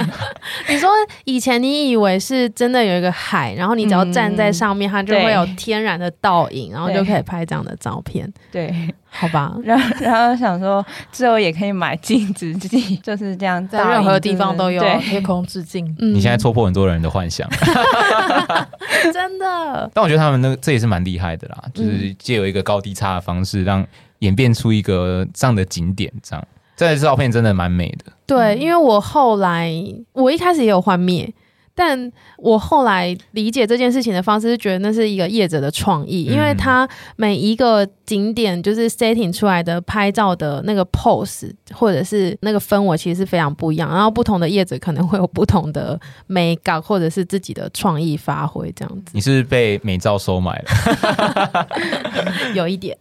A: 你说以前你以为是真的有一个海，然后你只要站在上
B: 嗯
A: 面，它就会有天然的倒影，然后就可以拍这样的照片，
C: 对。
A: 好吧？
C: 然后然后想说之后也可以买镜子镜，就是这样，
B: 在任何地方都有
C: 对
B: 天空 致敬。
A: 嗯
D: 你现在戳破很多人的 幻想。
A: 真的，
D: 但我觉得他们那个这也是蛮厉害的啦，就是
A: 嗯
D: 借由一个高低差的方式，让演变出一个这样的景点，这样这张照片真的蛮美的。
A: 对，因为我后来我一开始也有幻灭。但我后来理解这件事情的方式是觉得那是一个业者的创意，
D: 嗯
A: 因为他每一个景点就是 setting 出来的拍照的那个 pose 或者是那个氛围其实是非常不一样，然后不同的业者可能会有不同的美感或者是自己的创意发挥这 样子，
D: 你是不是被美照收买了，
A: 有一点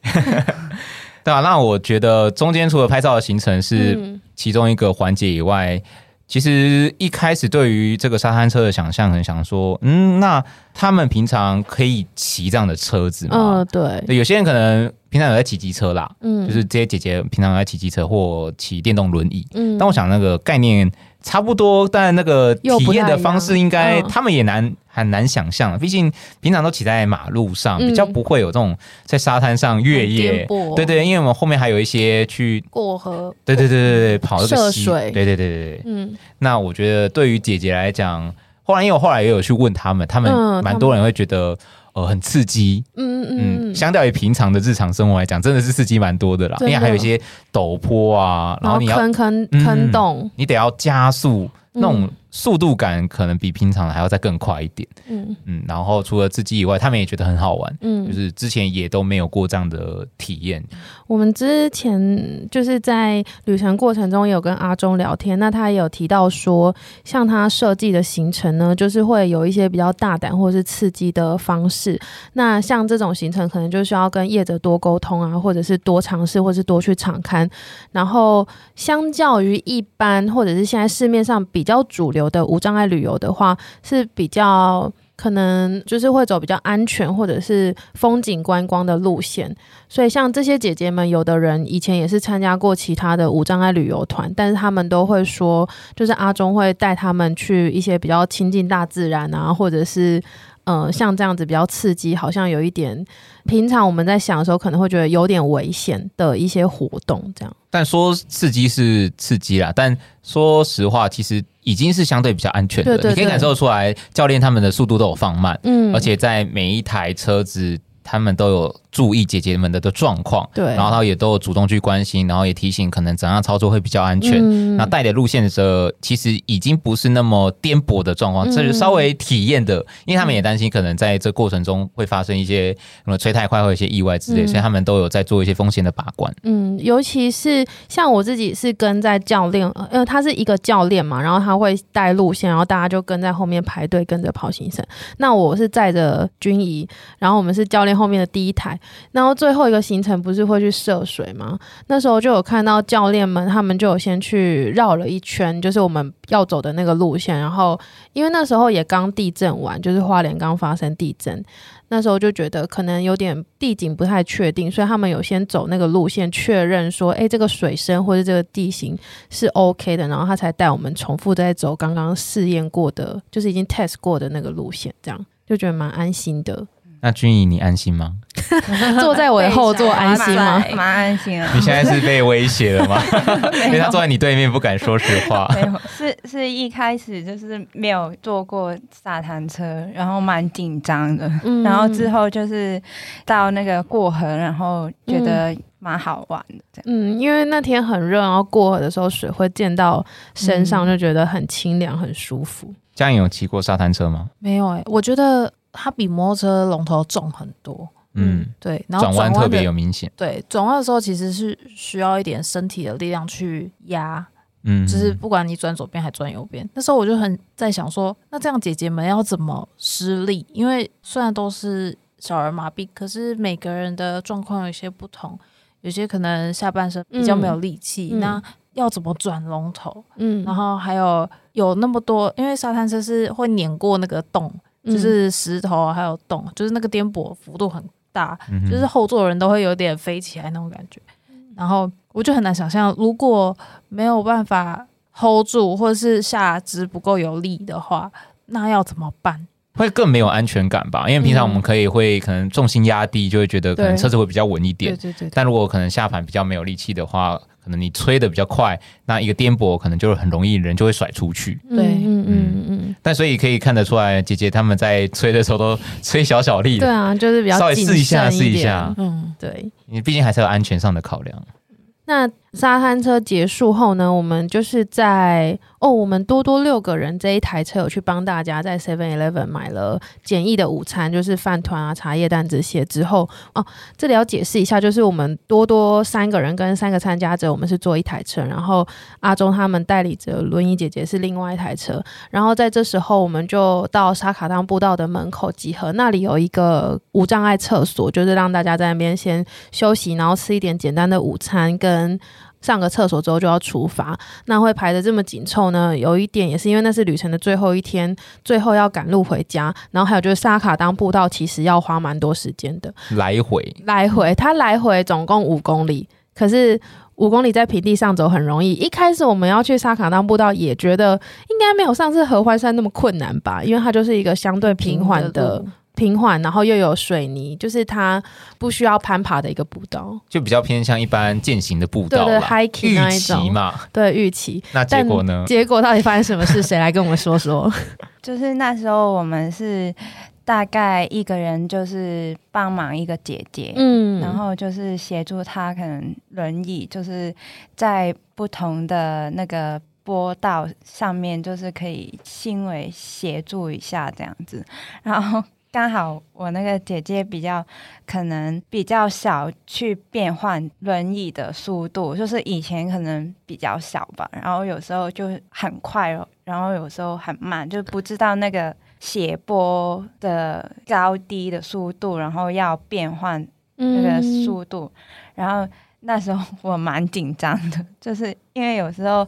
D: 对啊，那我觉得中间除了拍照的行程是
A: 嗯
D: 其中一个环节以外，其实一开始对于这个沙滩车的想象，很想说，嗯，那他们平常可以骑这样的车子吗？
A: 嗯对，
D: 对，有些人可能平常有在骑机车啦，
A: 嗯
D: 就是这些姐姐平常有在骑机车或骑电动轮椅，
A: 嗯
D: 但我想那个概念差不多，但那个
A: 又
D: 体
A: 不太一
D: 验
A: 样
D: 的方式应该
A: 嗯
D: 他们也难很难想象，毕竟平常都骑在马路上，
A: 嗯哎
D: 比较不会有这种在沙滩上越野。对对，因为我们后面还有一些去，
B: 过河
D: 对对对对对，跑那
A: 涉
D: 个溪，
A: 水
D: 对对对对对。
A: 嗯
D: 那我觉得对于姐姐来讲，后来因为我后来也有去问他们，他们
A: 嗯
D: 蛮多人会觉得呃很刺激，
A: 嗯嗯
D: 嗯，
A: 嗯，
D: 相较于平常的日常生活来讲，真的是刺激蛮多的啦，
A: 真
D: 因
A: 的
D: 为还有一些陡坡啊，
A: 然
D: 然后
A: 后
D: 你要
A: 坑坑嗯
D: 嗯
A: 坑洞，
D: 你得要加速，那种速度感可能比平常还要再更快一点。
A: 嗯
D: 嗯，然后除了刺激以外，他们也觉得很好玩，就
A: 嗯，
D: 是之前也都没有过这样的体验。
A: 我们之前就是在旅程过程中有跟阿忠聊天，那他也有提到说，像他设计的行程呢，就是会有一些比较大胆或是刺激的方式。那像这种行程，可能就需要跟业者多沟通啊，或者是多尝试，或是多去场刊。然后，相较于一般或者是现在市面上比较主流的无障碍旅游的话，是比较。可能就是会走比较安全或者是风景观光的路线，所以像这些姐姐们，有的人以前也是参加过其他的无障碍旅游团，但是他们都会说，就是阿忠会带他们去一些比较亲近大自然啊，或者是呃像这样子比较刺激，好像有一点平常我们在想的时候可能会觉得有点危险的一些活动，这样。
D: 但说刺激是刺激啦，但说实话，其实已经是相对比较安全的。
A: 对对
D: 你可以
A: 对
D: 感受出来，教练他们的速度都有放慢，
A: 嗯
D: 而且在每一台车子，他们都有注意姐姐们的的状况，
A: 对
D: 然后他也都有主动去关心，然后也提醒可能怎样操作会比较安全。
A: 嗯
D: 那带的路线的时候，其实已经不是那么颠簸的状况，
A: 嗯
D: 这是稍微体验的，因为他们也担心可能在这过程中会发生一些什么吹太快或一些意外之类，
A: 嗯
D: 所以他们都有在做一些风险的把关。
A: 嗯，尤其是像我自己是跟在教练，呃，他是一个教练嘛，然后他会带路线，然后大家就跟在后面排队跟着跑行程。那我是载着军仪，然后我们是教练后面的第一台，然后最后一个行程不是会去涉水吗？那时候就有看到教练们他们就有先去绕了一圈，就是我们要走的那个路线。然后因为那时候也刚地震完，就是花莲刚发生地震，那时候就觉得可能有点地景不太确定，所以他们有先走那个路线确认说，哎、这个水深或者这个地形是 OK 的，然后他才带我们重复再走刚刚试验过的，就是已经 test 过的那个路线，这样就觉得蛮安心 的。
D: 那君怡，你安心吗？
A: 坐在我的后座安心吗？
C: 蛮安心啊。
D: 你现在是被威胁了吗？因为他坐在你对面不敢说实 话。
C: 没有，是是一开始就是没有坐过沙滩车，然后蛮紧张的，
A: 嗯
C: 然后之后就是到那个过河，然后觉得蛮好玩的，这样
A: 嗯，因为那天很热，然后过河的时候水会溅到身
B: 嗯
A: 上，就觉得很清凉，很舒服。
D: 嘉颖有骑过沙滩车吗？
B: 没有哎、我觉得它比摩托车龙头重很多。
D: 嗯，
B: 对，然后
D: 转弯
B: 转
D: 特
B: 弯
D: 别
B: 的
D: 有明显。
B: 对转弯的时候其实是需要一点身体的力量去压，
D: 嗯，
B: 就是不管你转左边还转右边。那时候我就很在想说，那这样姐姐们要怎么施力？因为虽然都是小儿麻痹，可是每个人的状况有些不同，有些可能下半身比较没有力气，
A: 嗯嗯
B: 那要怎么转龙头？
A: 嗯，
B: 然后还有有那么多，因为沙滩车是会碾过那个洞，
A: 嗯
B: 就是石头啊还有洞，就是那个颠簸幅度很大，
D: 嗯哼
B: 就是后座的人都会有点飞起来那种感觉。然后我就很难想象，如果没有办法 hold 住，或者是下肢不够有力的话，那要怎么办？
D: 会更没有安全感吧，因为平常我们可以会可能重心压低，就会觉得可能
A: 对
D: 车子会比较稳一点。
B: 对对对，
D: 但如果可能下盘比较没有力气的话，可能你吹的比较快，那一个颠簸可能就很容易人就会甩出去。
A: 嗯
B: 对
A: 嗯嗯嗯
D: 但所以可以看得出来，姐姐她们在吹的时候都吹小小力
A: 嗯，对
D: 的，
A: 啊，就是比较
D: 稍微试一下
A: 谨慎
D: 试一
A: 点
D: 下，
B: 嗯，
A: 对。
D: 你毕竟还是有安全上的考量。
A: 那沙滩车结束后呢，我们就是在哦，我们多多六个人这一台车有去帮大家在 Seven Eleven 买了简易的午餐，就是饭团啊、茶叶蛋这些。之后哦，这里要解释一下，就是我们多多三个人跟三个参加者，我们是坐一台车，然后阿忠他们代理着轮椅姐姐是另外一台车。然后在这时候，我们就到沙卡当步道的门口集合，那里有一个无障碍厕所，就是让大家在那边先休息，然后吃一点简单的午餐跟。上个厕所之后就要出发，那会排的这么紧凑呢？有一点也是因为那是旅程的最后一天，最后要赶路回家，然后还有就是沙卡当步道其实要花蛮多时间的，
D: 来回
A: 来回，它来回总共五公里，可是五公里在平地上走很容易。一开始我们要去沙卡当步道，也觉得应该没有上次合欢山那么困难吧，因为它就是一个相对平缓的
B: 路
A: 平缓，然后又有水泥，就是它不需要攀爬的一个步道。
D: 就比较偏向一般践行的步
A: 对
D: 道
A: 对
D: 啦，
A: ，hiking 那
D: 预
A: 一
D: 期
A: 种，
D: 嘛。
A: 对预期。
D: 那结
A: 但
D: 果呢？
A: 结果到底发生什么事？谁来跟我们说 说？
C: 就是那时候我们是大概一个人就是帮忙一个姐姐，
A: 嗯，
C: 然后就是协助他，可能轮椅就是在不同的那个播到上面，就是可以轻微协助一下这样子。 然后刚好我那个姐姐比较可能比较少去变换轮椅的速度，就是以前可能比较小吧，然后有时候就很快哦，然后有时候很慢，就不知道那个斜坡的高低的速度，然后要变换那
A: 嗯
C: 个速度，然后那时候我蛮紧张的，就是因为有时候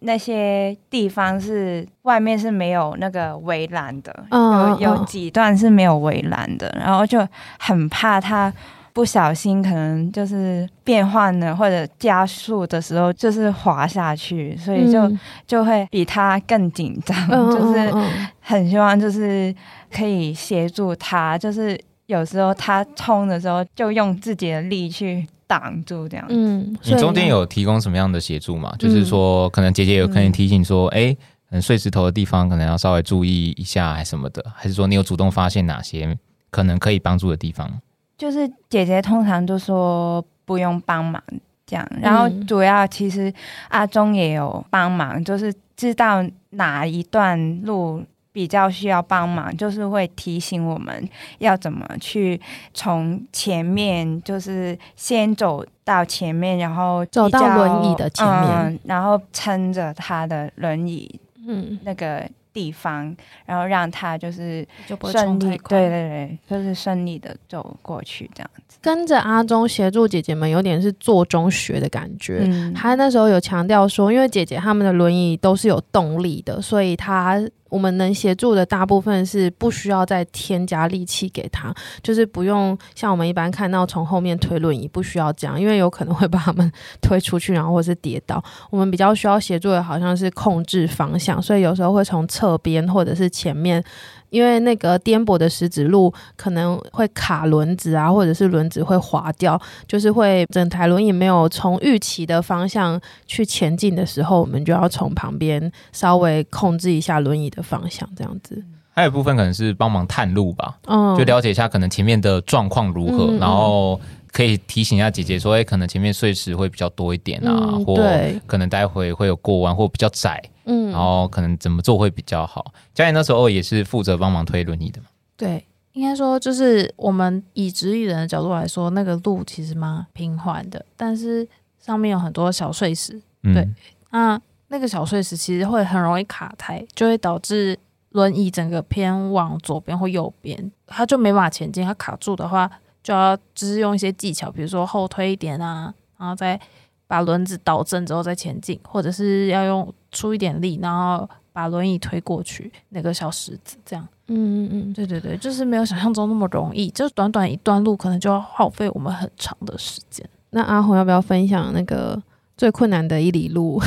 C: 那些地方是外面是没有那个围栏的，
A: 嗯嗯
C: 有有
A: 嗯
C: 几段是没有围栏的，然后就很怕它不小心可能就是变换了或者加速的时候就是滑下去，所以就、
A: 嗯
C: 就会比他更紧张，
A: 嗯
C: 就是
A: 嗯嗯
C: 很希望就是可以协助他，就是有时候他冲的时候就用自己的力去挡住这样。
A: 嗯，
D: 你
A: 所以
D: 中间有提供什么样的协助吗？就是
A: 嗯
D: 说，可能姐姐有可以提醒说，哎、可能碎石头的地方可能要稍微注意一下，还是什么的，还是说你有主动发现哪些可能可以帮助的地方？
C: 就是姐姐通常就说不用帮忙这样，然后
A: 嗯
C: 主要其实阿忠也有帮忙，就是知道哪一段路。比较需要帮忙，就是会提醒我们要怎么去从前面，就是先走到前面，然后
A: 走到
C: 比较
A: 轮椅的前面
C: 嗯，然后撑着他的轮椅
A: 嗯
C: 那个地方，然后让他就是
B: 就不会
C: 顺
B: 冲太，
C: 利对
B: 快。
C: 对对，就是顺利的走过去这样。
A: 跟着阿忠协助姐姐们，有点是做中学的感觉。
C: 嗯
A: 他那时候有强调说，因为姐姐她们的轮椅都是有动力的，所以她我们能协助的大部分是不需要再添加力气给她，就是不用像我们一般看到从后面推轮椅，不需要这样，因为有可能会把他们推出去，然后或是跌倒。我们比较需要协助的好像是控制方向，所以有时候会从侧边或者是前面。因为那个颠簸的石子路可能会卡轮子啊，或者是轮子会滑掉，就是会整台轮椅没有从预期的方向去前进的时候，我们就要从旁边稍微控制一下轮椅的方向，这样子。
D: 还有一部分可能是帮忙探路吧，
A: 嗯，
D: 就了解一下可能前面的状况如何，
A: 嗯嗯
D: 然后可以提醒一下姐姐说，哎、可能前面碎石会比较多一点啊，
A: 嗯
D: 或
A: 对
D: 可能待会会有过弯或比较窄，
A: 嗯，
D: 然后可能怎么做会比较好。佳颖那时候也是负责帮忙推轮椅的嘛，
B: 对，应该说就是我们以直立人的角度来说，那个路其实蛮平缓的，但是上面有很多小碎石，
D: 嗯
B: 对那那个小碎石其实会很容易卡胎，就会导致轮椅整个偏往左边或右边，它就没办法前进。它卡住的话，就要就是用一些技巧，比如说后推一点啊，然后再把轮子倒正之后再前进，或者是要用出一点力，然后把轮椅推过去那个小石子，这样。
A: 嗯嗯嗯，
B: 对对对，就是没有想象中那么容易，就是短短一段路可能就要耗费我们很长的时间。
A: 那阿红要不要分享那个最困难的一里路？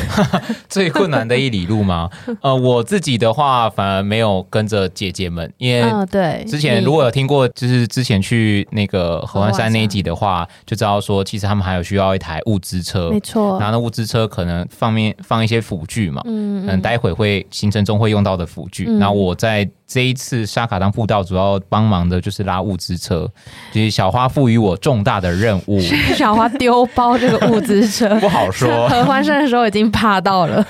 D: 最困难的一里 路吗？呃，我自己的话反而没有跟着姐姐们，因为
A: 嗯，对，
D: 之前
A: 你
D: 如果有听过，就是之前去那个合欢山那一集的话，就知道说其实他们还有需要一台物资车
A: 嗯没，错
D: 然，后那物资车可能放面放一些辅具嘛。
A: 嗯
D: 嗯，待会会行程中会用到的辅具。
A: 嗯
D: 那、我在这一次沙卡当步道主要帮忙的就是拉物资车，就是小花赋予我重大的任务，
A: 小花丢包这个物资 车。
D: 不好 说。
A: 合欢山的时候已经怕到 了，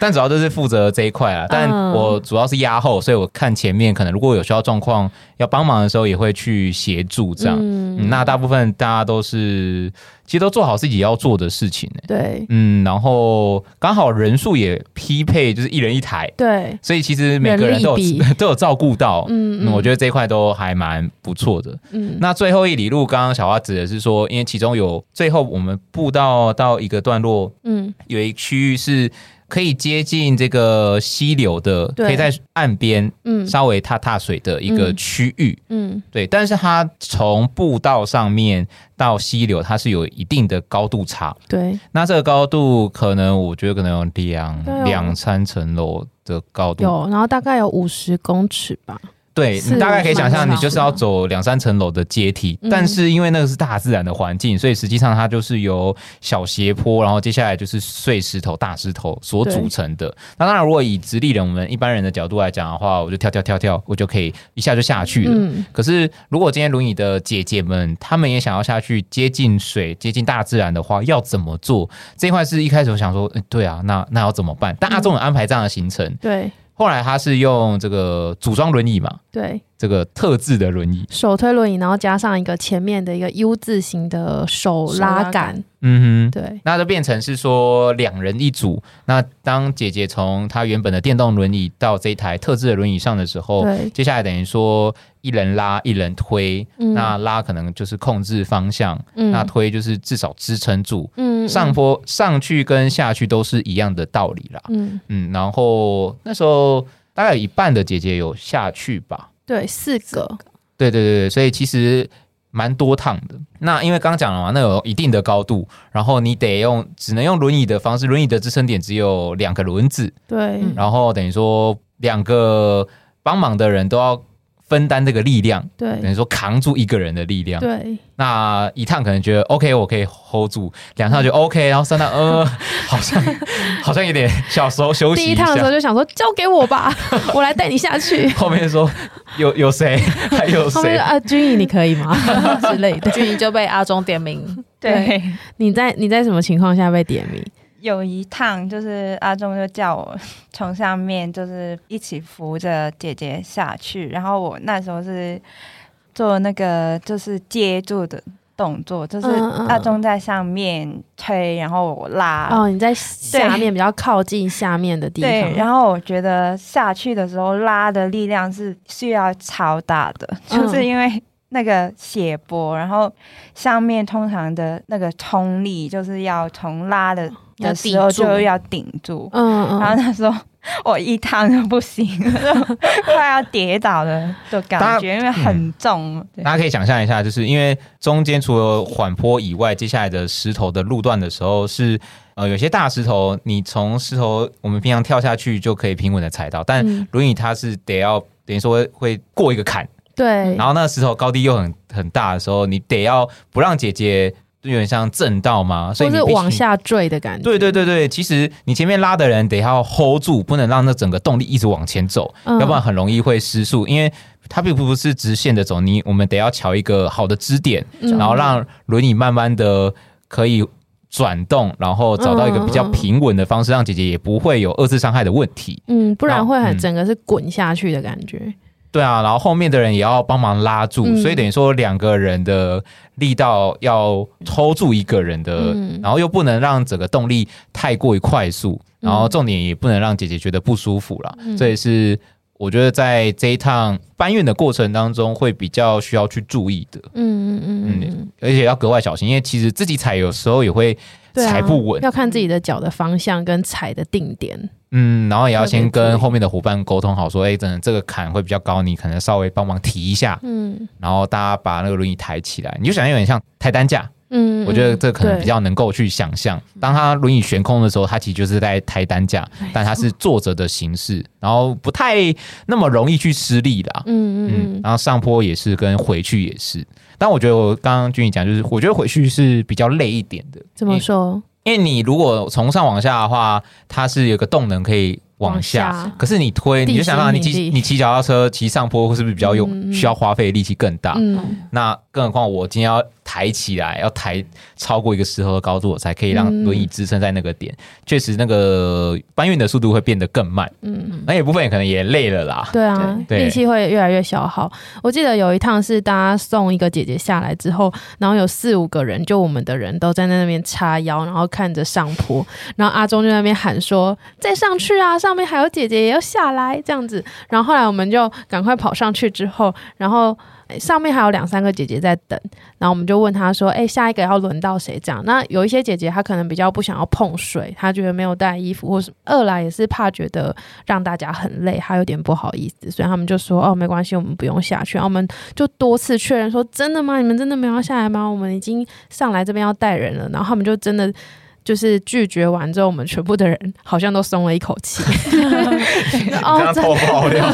D: 但主要就是负责这一块啊。但
A: 嗯
D: 我主要是压后，所以我看前面可能如果有需要状况要帮忙的时候，也会去协助这样。嗯
A: 嗯
D: 那大部分大家都是其实都做好自己要做的事情、欸、
A: 对
D: 嗯，然后刚好人数也匹配，就是一人一台，
A: 对，
D: 所以其实每个人都
A: 人力
D: 有 都有照顾到。
A: 嗯
D: 嗯，我觉得这一块都还蛮不错的。
A: 嗯
D: 那最后一里路，刚刚小花指的是说，因为其中有最后我们步到到一个段落，
A: 嗯
D: 有一区域是可以接近这个溪流的，
A: 对
D: 可以在岸边
A: 嗯
D: 稍微踏踏水的一个区域。
A: 嗯
D: 对，但是它从步道上面到溪流，它是有一定的高度差。
A: 对，
D: 那这个高度可能，我觉得可能有两
A: 对哦
D: 两三层楼的高度，
A: 有，然后大概有五十公尺吧，
D: 对
A: 是
D: 你大概可以想象，
A: 蛮
D: 你
A: 高
D: 就是要走两三层楼的阶梯
A: 嗯，
D: 但是因为那个是大自然的环境，所以实际上它就是由小斜坡，然后接下来就是碎石头、大石头所组成的。那当然，如果以直立人我们一般人的角度来讲的话，我就跳跳跳跳，我就可以一下就下去了。
A: 嗯，
D: 可是，如果今天轮椅的姐姐们，她们也想要下去接近水、接近大自然的话，要怎么做？这一块是一开始我想说，嗯，对啊，那那要怎么办？但阿忠有安排这样的行程，
A: 对
D: 后来他是用这个组装轮椅嘛，
A: 对，
D: 这个特制的轮椅，
A: 手推轮椅，然后加上一个前面的一个 U 字形的手拉
B: 手拉
A: 杆
B: 杆，
D: 嗯哼。
A: 对，
D: 那就变成是说两人一组。那当姐姐从她原本的电动轮椅到这一台特制的轮椅上的时候，
A: 对，
D: 接下来等于说一人拉一人推，
A: 嗯
D: 那拉可能就是控制方向，
A: 嗯
D: 那推就是至少支撑住。
A: 嗯
D: 上，坡上去跟下去都是一样的道理啦。
A: 嗯，
D: 嗯，然后那时候大概有一半的姐姐有下去吧。
A: 对，四个，
D: 对对对对，所以其实蛮多趟的。那因为刚讲了嘛，那有一定的高度，然后你得用只能用轮椅的方式，轮椅的支撑点只有两个轮子，
A: 对，
B: 嗯
D: 然后等于说两个帮忙的人都要分担这个力量，等
A: 对，
D: 于说扛住一个人的力量。
A: 对，
D: 那一趟可能觉得 OK，我可以 hold 住，两趟就 OK，然后三趟呃，好像好像有点小时候休 息
A: 第一
D: 下
A: 趟的时候就想说交给我 吧，我来带你下去。
D: 后面说有有谁， 还有
A: 后面
D: 谁
A: 就？啊，君怡你可以 吗之类 的？
B: 俊怡就被阿忠点名，
C: 对，
A: 你在你在什么情况下被点名？
C: 有一趟就是阿忠就叫我从上面就是一起扶着姐姐下去，然后我那时候是做那个就是接住的动作，就是
A: 嗯嗯
C: 阿忠在上面推，然后我拉，
A: 哦，你在下面比较靠近下面的地方，
C: 啊对，然后我觉得下去的时候拉的力量是需要超大的，
A: 嗯
C: 就是因为那个斜坡，然后上面通常的那个冲力就是要从拉的
B: 要
C: 的
B: 抵
C: 时候
B: 住
C: 就要顶住，
A: 嗯
C: 然后
A: 嗯，
C: 那时候我一趟就不行 了，就快要跌倒了的感觉，因为很重。对
A: 嗯
D: 大家可以想象一下，就是因为中间除了缓坡以外，接下来的石头的路段的时候是。呃，有些大石头，你从石头我们平常跳下去就可以平稳的踩到，但
A: 嗯
D: 轮椅它是得要等于说会会过一个坎，
A: 对
D: 然，后那个石头高低又很很大的时候，你得要不让姐姐就有点像震到嘛，所以
A: 或
D: 你
A: 是
D: 必须
A: 往。下坠的感觉，
D: 对对对对，其实你前面拉的人得要 hold 住，不能让那整个动力一直往前走，
A: 嗯
D: 要不然很容易会失速。因为它并不是直线的走，你我们得要瞧一个好的支点，
A: 嗯
D: 然后让轮椅慢慢的可以转动，然后找到一个比较
A: 嗯嗯嗯
D: 平稳的方式，让姐姐也不会有二次伤害的问题。
A: 嗯，不然会很
D: 嗯
A: 整个是滚下去的感觉，
D: 对啊，然后后面的人也要帮忙拉住，
A: 嗯
D: 所以等于说两个人的力道要抽住一个人的，
A: 嗯
D: 然后又不能让整个动力太过于快速，
A: 嗯
D: 然后重点也不能让姐姐觉得不舒服啦。
A: 嗯
D: 这也是我觉得在这一趟搬运的过程当中会比较需要去注意的，
A: 嗯嗯嗯嗯，
D: 而且要格外小心，因为其实自己踩有时候也会
A: 对啊
D: 踩不稳，
A: 要看自己的脚的方向跟踩的定点，
D: 嗯，然后也要先
A: 特别注意
D: 跟后面的伙伴沟通好，说，哎，真的这个坎会比较高，你可能稍微帮忙提一下，
A: 嗯
D: 然后大家把那个轮椅抬起来，你就想象有点像抬担架，
A: 嗯，
D: 我觉得这可能
A: 对
D: 比较能够去想象。当他轮椅悬空的时候，他其实就是在抬担架，但他是坐着的形式，然后不太那么容易去失力啦。
A: 嗯
D: 嗯
A: 嗯，
D: 然后上坡也是，跟回去也是。但我觉得我刚刚君怡讲，就是我觉得回去是比较累一点的。
A: 嗯，怎么说？
D: 因为你如果从上往下的话，它是有个动能可以往下，
A: 往下
D: 可是你推，你就想到你
A: 地心
D: 骑
A: 引力
D: 你骑脚踏车骑上坡是不是比较用、
A: 嗯嗯
D: 需要花费的力气更大？
A: 嗯，
D: 那更何况我今天要抬起来，要抬超过一个石头的高度，我才可以让轮椅支撑在那个点。确、实，那个搬运的速度会变得更慢，
A: 嗯，
D: 那一部分也可能也累了啦。
A: 对啊，
D: 对
A: 力气会越来越消耗。我记得有一趟是大家送一个姐姐下来之后，然后有四五个人，就我们的人都站在那边叉腰，然后看着上坡，然后阿忠就在那边喊说：“再上去啊，上面还有姐姐也要下来。”这样子，然后后来我们就赶快跑上去之后，然后。诶上面还有两三个姐姐在等，然后我们就问她说：“哎、下一个要轮到谁？”这样，那有一些姐姐她可能比较不想要碰水，她觉得没有带衣服或什么。二来也是怕觉得让大家很累，还有点不好意思，所以他们就说哦，没关系，我们不用下去。然后我们就多次确认说，真的吗？你们真的没有要下来吗？我们已经上来这边要带人了。然后他们就真的就是拒绝完之后，我们全部的人 好像都松了一口气。
D: 你这
A: 哦，
D: 样
A: 真
D: 偷爆料。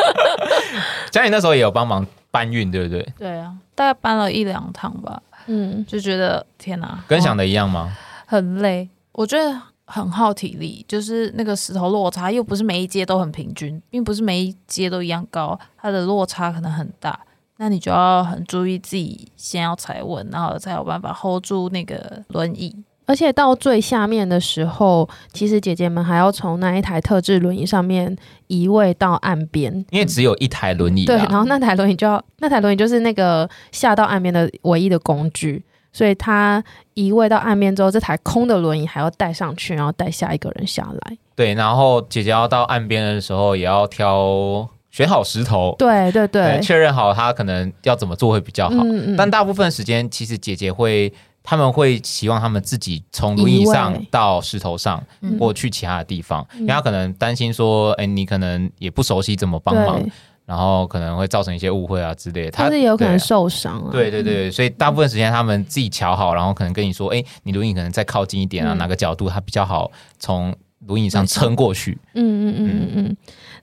D: 佳颖那时候也有帮忙搬运，对不对？
B: 对啊，大概搬了一两趟吧，
A: 嗯，
B: 就觉得天哪，
D: 跟想的一样吗？
B: 很累，我觉得很耗体力，就是那个石头落差又不是每一阶都很平均，并不是每一阶都一样高，它的落差可能很大。那你就要很注意自己先要踩稳，然后才有办法 hold 住那个轮椅。
A: 而且到最下面的时候，其实姐姐们还要从那一台特制轮椅上面移位到岸边。
D: 因为只有一台轮椅
A: 对，
D: 啊
A: 然，后那台轮椅就要，那台轮椅就是那个下到岸边的唯一的工具，所以它移位到岸边之后，这台空的轮椅还要带上去，然后带下一个人下来。
D: 对，然后姐姐要到岸边的时候，也要挑选好石头，
A: 对对对
D: 呃，确认好她可能要怎么做会比较好。
A: 嗯嗯
D: 但大部分时间，其实姐姐会，他们会希望他们自己从轮椅
A: 移
D: 上
A: 位
D: 到石头上，
B: 嗯
D: 或去其他的地方，
A: 嗯
D: 因为他可能担心说，哎、你可能也不熟悉怎么帮忙，
A: 对，
D: 然后可能会造成一些误会啊之类的。他
A: 但是也有可能受伤啊。
D: 对对对对，所以大部分时间他们自己瞧好，然后可能跟你说，哎、你轮椅可能再靠近一点啊，
A: 嗯
D: 哪个角度它比较好从轮椅上撑过去。
A: 嗯嗯嗯嗯嗯。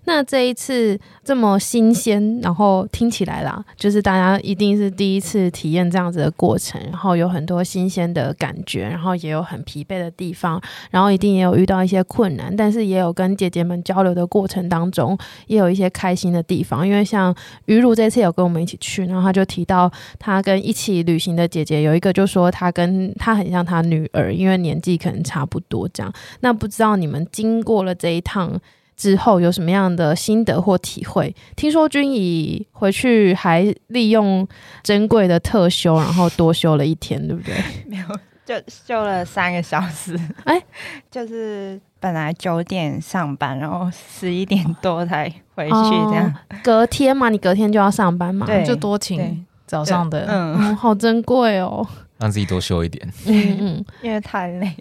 A: 那这一次这么新鲜，然后听起来啦，就是大家一定是第一次体验这样子的过程，然后有很多新鲜的感觉，然后也有很疲惫的地方，然后一定也有遇到一些困难，但是也有跟姐姐们交流的过程当中，也有一些开心的地方。因为像于露这次有跟我们一起去，然后她就提到她跟一起旅行的姐姐有一个就说她跟她很像她女儿，因为年纪可能差不多这样。那不知道你们经过了这一趟之后有什么样的心得或体会？听说君怡回去还利用珍贵的特休，然后多休了一天，对不对？
C: 没有，就休了三个小时。
A: 哎，
C: 就是本来九点上班，然后十一点多才回去，
A: 哦
C: 这样、
A: 隔天嘛，你隔天就要上班嘛。
C: 对
B: 就多
C: 对
B: 请早上的，
C: 嗯，
A: 哦，好珍贵哦。
D: 让自己多休 一点，
A: 嗯嗯，
C: 因为太累。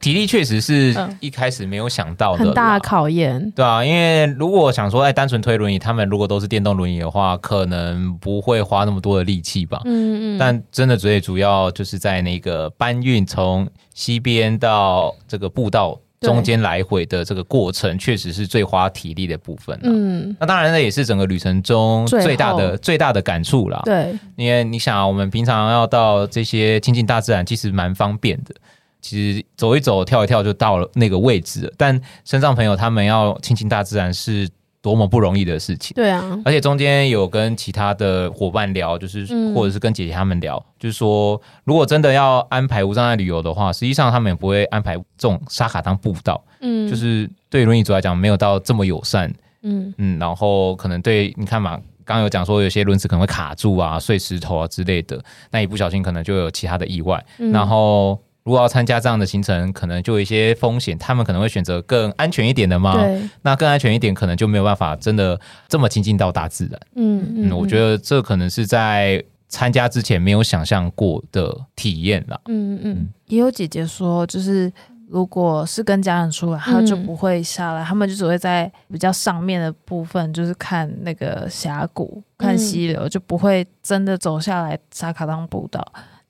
D: 体力确实是
B: 嗯
D: 一开始没有想到的啦，
A: 很大的考验。
D: 对啊，因为如果想说，哎，单纯推轮椅，他们如果都是电动轮椅的话，可能不会花那么多的力气吧。
A: 嗯嗯，
D: 但真的最主要就是在那个搬运从西边到这个步道
A: 对
D: 中间来回的这个过程，确实是最花体力的部分、嗯，
A: 嗯，
D: 那当然，那也是整个旅程中
A: 最后
D: 最大的最大的感触啦。
A: 对，
D: 因为你想啊，我们平常要到这些亲近大自然，其实蛮方便的。其实走一走、跳一跳就到了那个位置了。但身障朋友他们要亲近大自然是多么不容易的事情。
A: 对啊，
D: 而且中间有跟其他的伙伴聊，就是、
A: 嗯
D: 或者是跟姐姐他们聊，就是说，如果真的要安排无障碍旅游的话，实际上他们也不会安排这种沙卡当步道，
A: 嗯，
D: 就是对轮椅族来讲没有到这么友善。
A: 嗯
D: 嗯，然后可能对你看嘛，刚刚有讲说有些轮子可能会卡住啊、碎石头啊之类的，那一不小心可能就有其他的意外。
A: 嗯，
D: 然后如果要参加这样的行程，可能就有一些风险，他们可能会选择更安全一点的嘛。
A: 对，
D: 那更安全一点，可能就没有办法真的这么亲近到大自然。
A: 嗯
D: 嗯，我觉，得这可能是在参加之前没有想象过的体验啦。
A: 嗯嗯
B: 也有姐姐说，就是如果是跟家人出来，她就
A: 嗯
B: 不会下来，他们就只会在比较上面的部分，就是看那个峡谷、看溪流，就不会真的走下来沙卡当步道。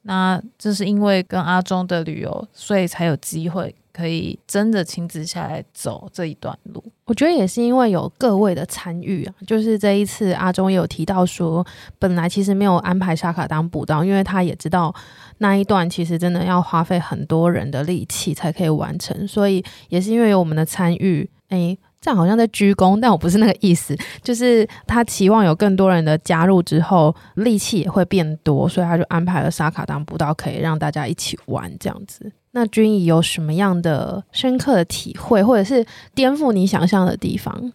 B: 那这是因为跟阿忠的旅游，所以才有机会可以真的亲自下来走这一段路。
A: 我觉得也是因为有各位的参与啊，就是这一次阿忠也有提到说，本来其实没有安排沙卡当补刀，因为他也知道那一段其实真的要花费很多人的力气才可以完成，所以也是因为有我们的参与，诶，这样好像在鞠躬，但我不是那个意思，就是他期望有更多人的加入之后，力气也会变多，所以他就安排了沙卡当补刀，可以让大家一起玩这样子。那君怡有什么样的深刻的体会，或者是颠覆你想象的地方。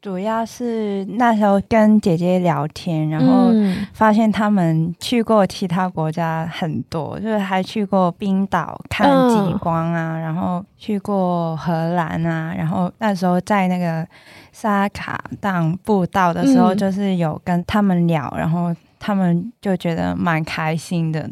C: 主要是那时候跟姐姐聊天，然后
A: 嗯
C: 发现他们去过其他国家很多，就是还去过冰岛看
A: 嗯
C: 极光啊，然后去过荷兰啊，然后那时候在那个沙卡当步道的时候，
A: 嗯
C: 就是有跟他们聊，然后他们就觉得蛮开心的。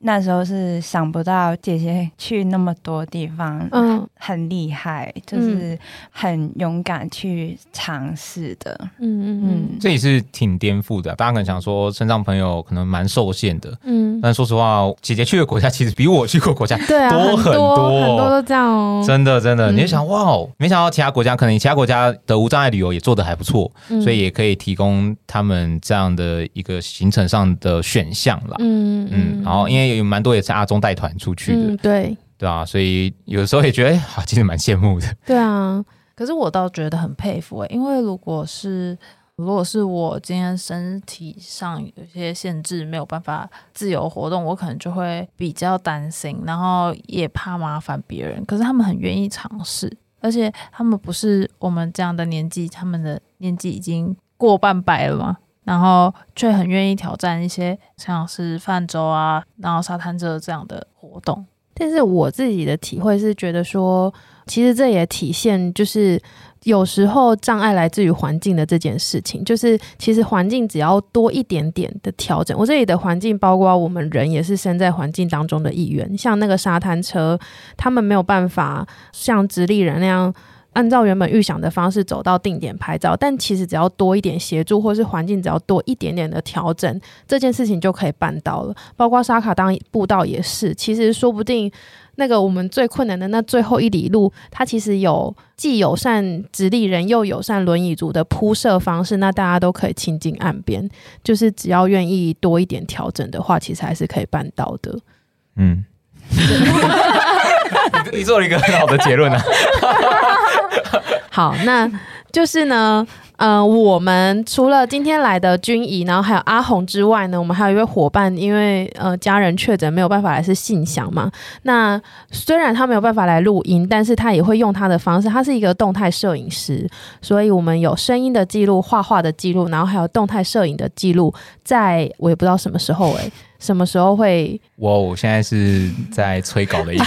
C: 那时候是想不到姐姐去那么多地方，
A: 嗯
C: 很厉害，就是很勇敢去尝试的。
A: 嗯嗯
C: 嗯，
D: 这也是挺颠覆的啊、大家可能想说，身上朋友可能蛮受限的，
A: 嗯嗯，
D: 但说实话，姐姐去的国家其实比我去过国家
A: 对啊，
D: 多
A: 很
D: 很
A: 多
D: 多
A: 很多都这样哦，
D: 真的真的，
A: 嗯
D: 你就想哇哦，没想到其他国家可能其他国家的无障碍旅游也做得还不错，
A: 嗯
D: 所以也可以提供他们这样的一个行程上的选项啦。
A: 嗯
D: 嗯，然后因为有蛮多也是阿中带团出去的，
A: 嗯对
D: 对啊，所以有时候也觉得，哎、好，其实蛮羡慕的。
A: 对啊，
B: 可是我倒觉得很佩服欸诶、因为如果是如果是我今天身体上有一些限制，没有办法自由活动，我可能就会比较担心，然后也怕麻烦别人。可是他们很愿意尝试，而且他们不是我们这样的年纪，他们的年纪已经过半百了嘛。然后却很愿意挑战一些像是泛舟啊，然后沙滩车这样的活动。
A: 但是我自己的体会是觉得说，其实这也体现就是有时候障碍来自于环境的这件事情，就是其实环境只要多一点点的调整，我这里的环境包括我们人也是身在环境当中的一员，像那个沙滩车，他们没有办法像直立人那样。按照原本预想的方式走到定点拍照，但其实只要多一点协助，或是环境只要多一点点的调整，这件事情就可以办到了。包括沙卡当步道也是，其实说不定那个我们最困难的那最后一里路，它其实有既友善直立人又友善轮椅族的铺设方式，那大家都可以亲近岸边，就是只要愿意多一点调整的话，其实还是可以办到的。
D: 嗯，你做了一个很好的结论啊。
A: 好，那就是呢，呃，我们除了今天来的君怡，然后还有阿红之外呢，我们还有一位伙伴，因为呃家人确诊没有办法来，是信祥嘛。那虽然他没有办法来录音，但是他也会用他的方式，他是一个动态摄影师，所以我们有声音的记录、画画的记录，然后还有动态摄影的记录，在我也不知道什么时候诶、什么时候会
D: 哇哦，我现在是在催稿的一个，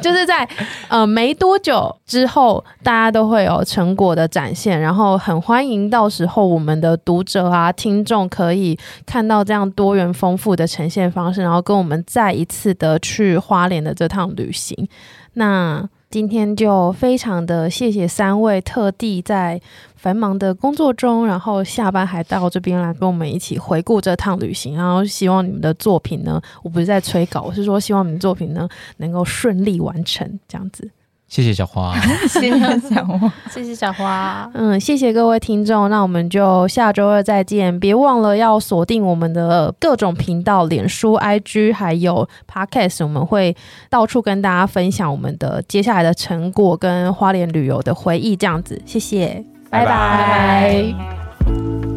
A: 就是在呃没多久之后，大家都会有成果的展现，然后很欢迎到时候我们的读者啊、听众可以看到这样多元丰富的呈现方式，然后跟我们再一次的去花莲的这趟旅行。那今天就非常的谢谢三位特地在繁忙的工作中，然后下班还到这边来跟我们一起回顾这趟旅行。然后希望你们的作品呢，我不是在催稿，我是说希望你们的作品呢能够顺利完成这样子。
D: 谢谢小花，
C: 谢谢小莫，
B: 谢谢小花。
A: 嗯，谢谢各位听众，那我们就下周二再见。别忘了要锁定我们的各种频道，脸书、IG 还有 Podcast，我们会到处跟大家分享我们的接下来的成果跟花莲旅游的回忆，这样子。谢谢，拜拜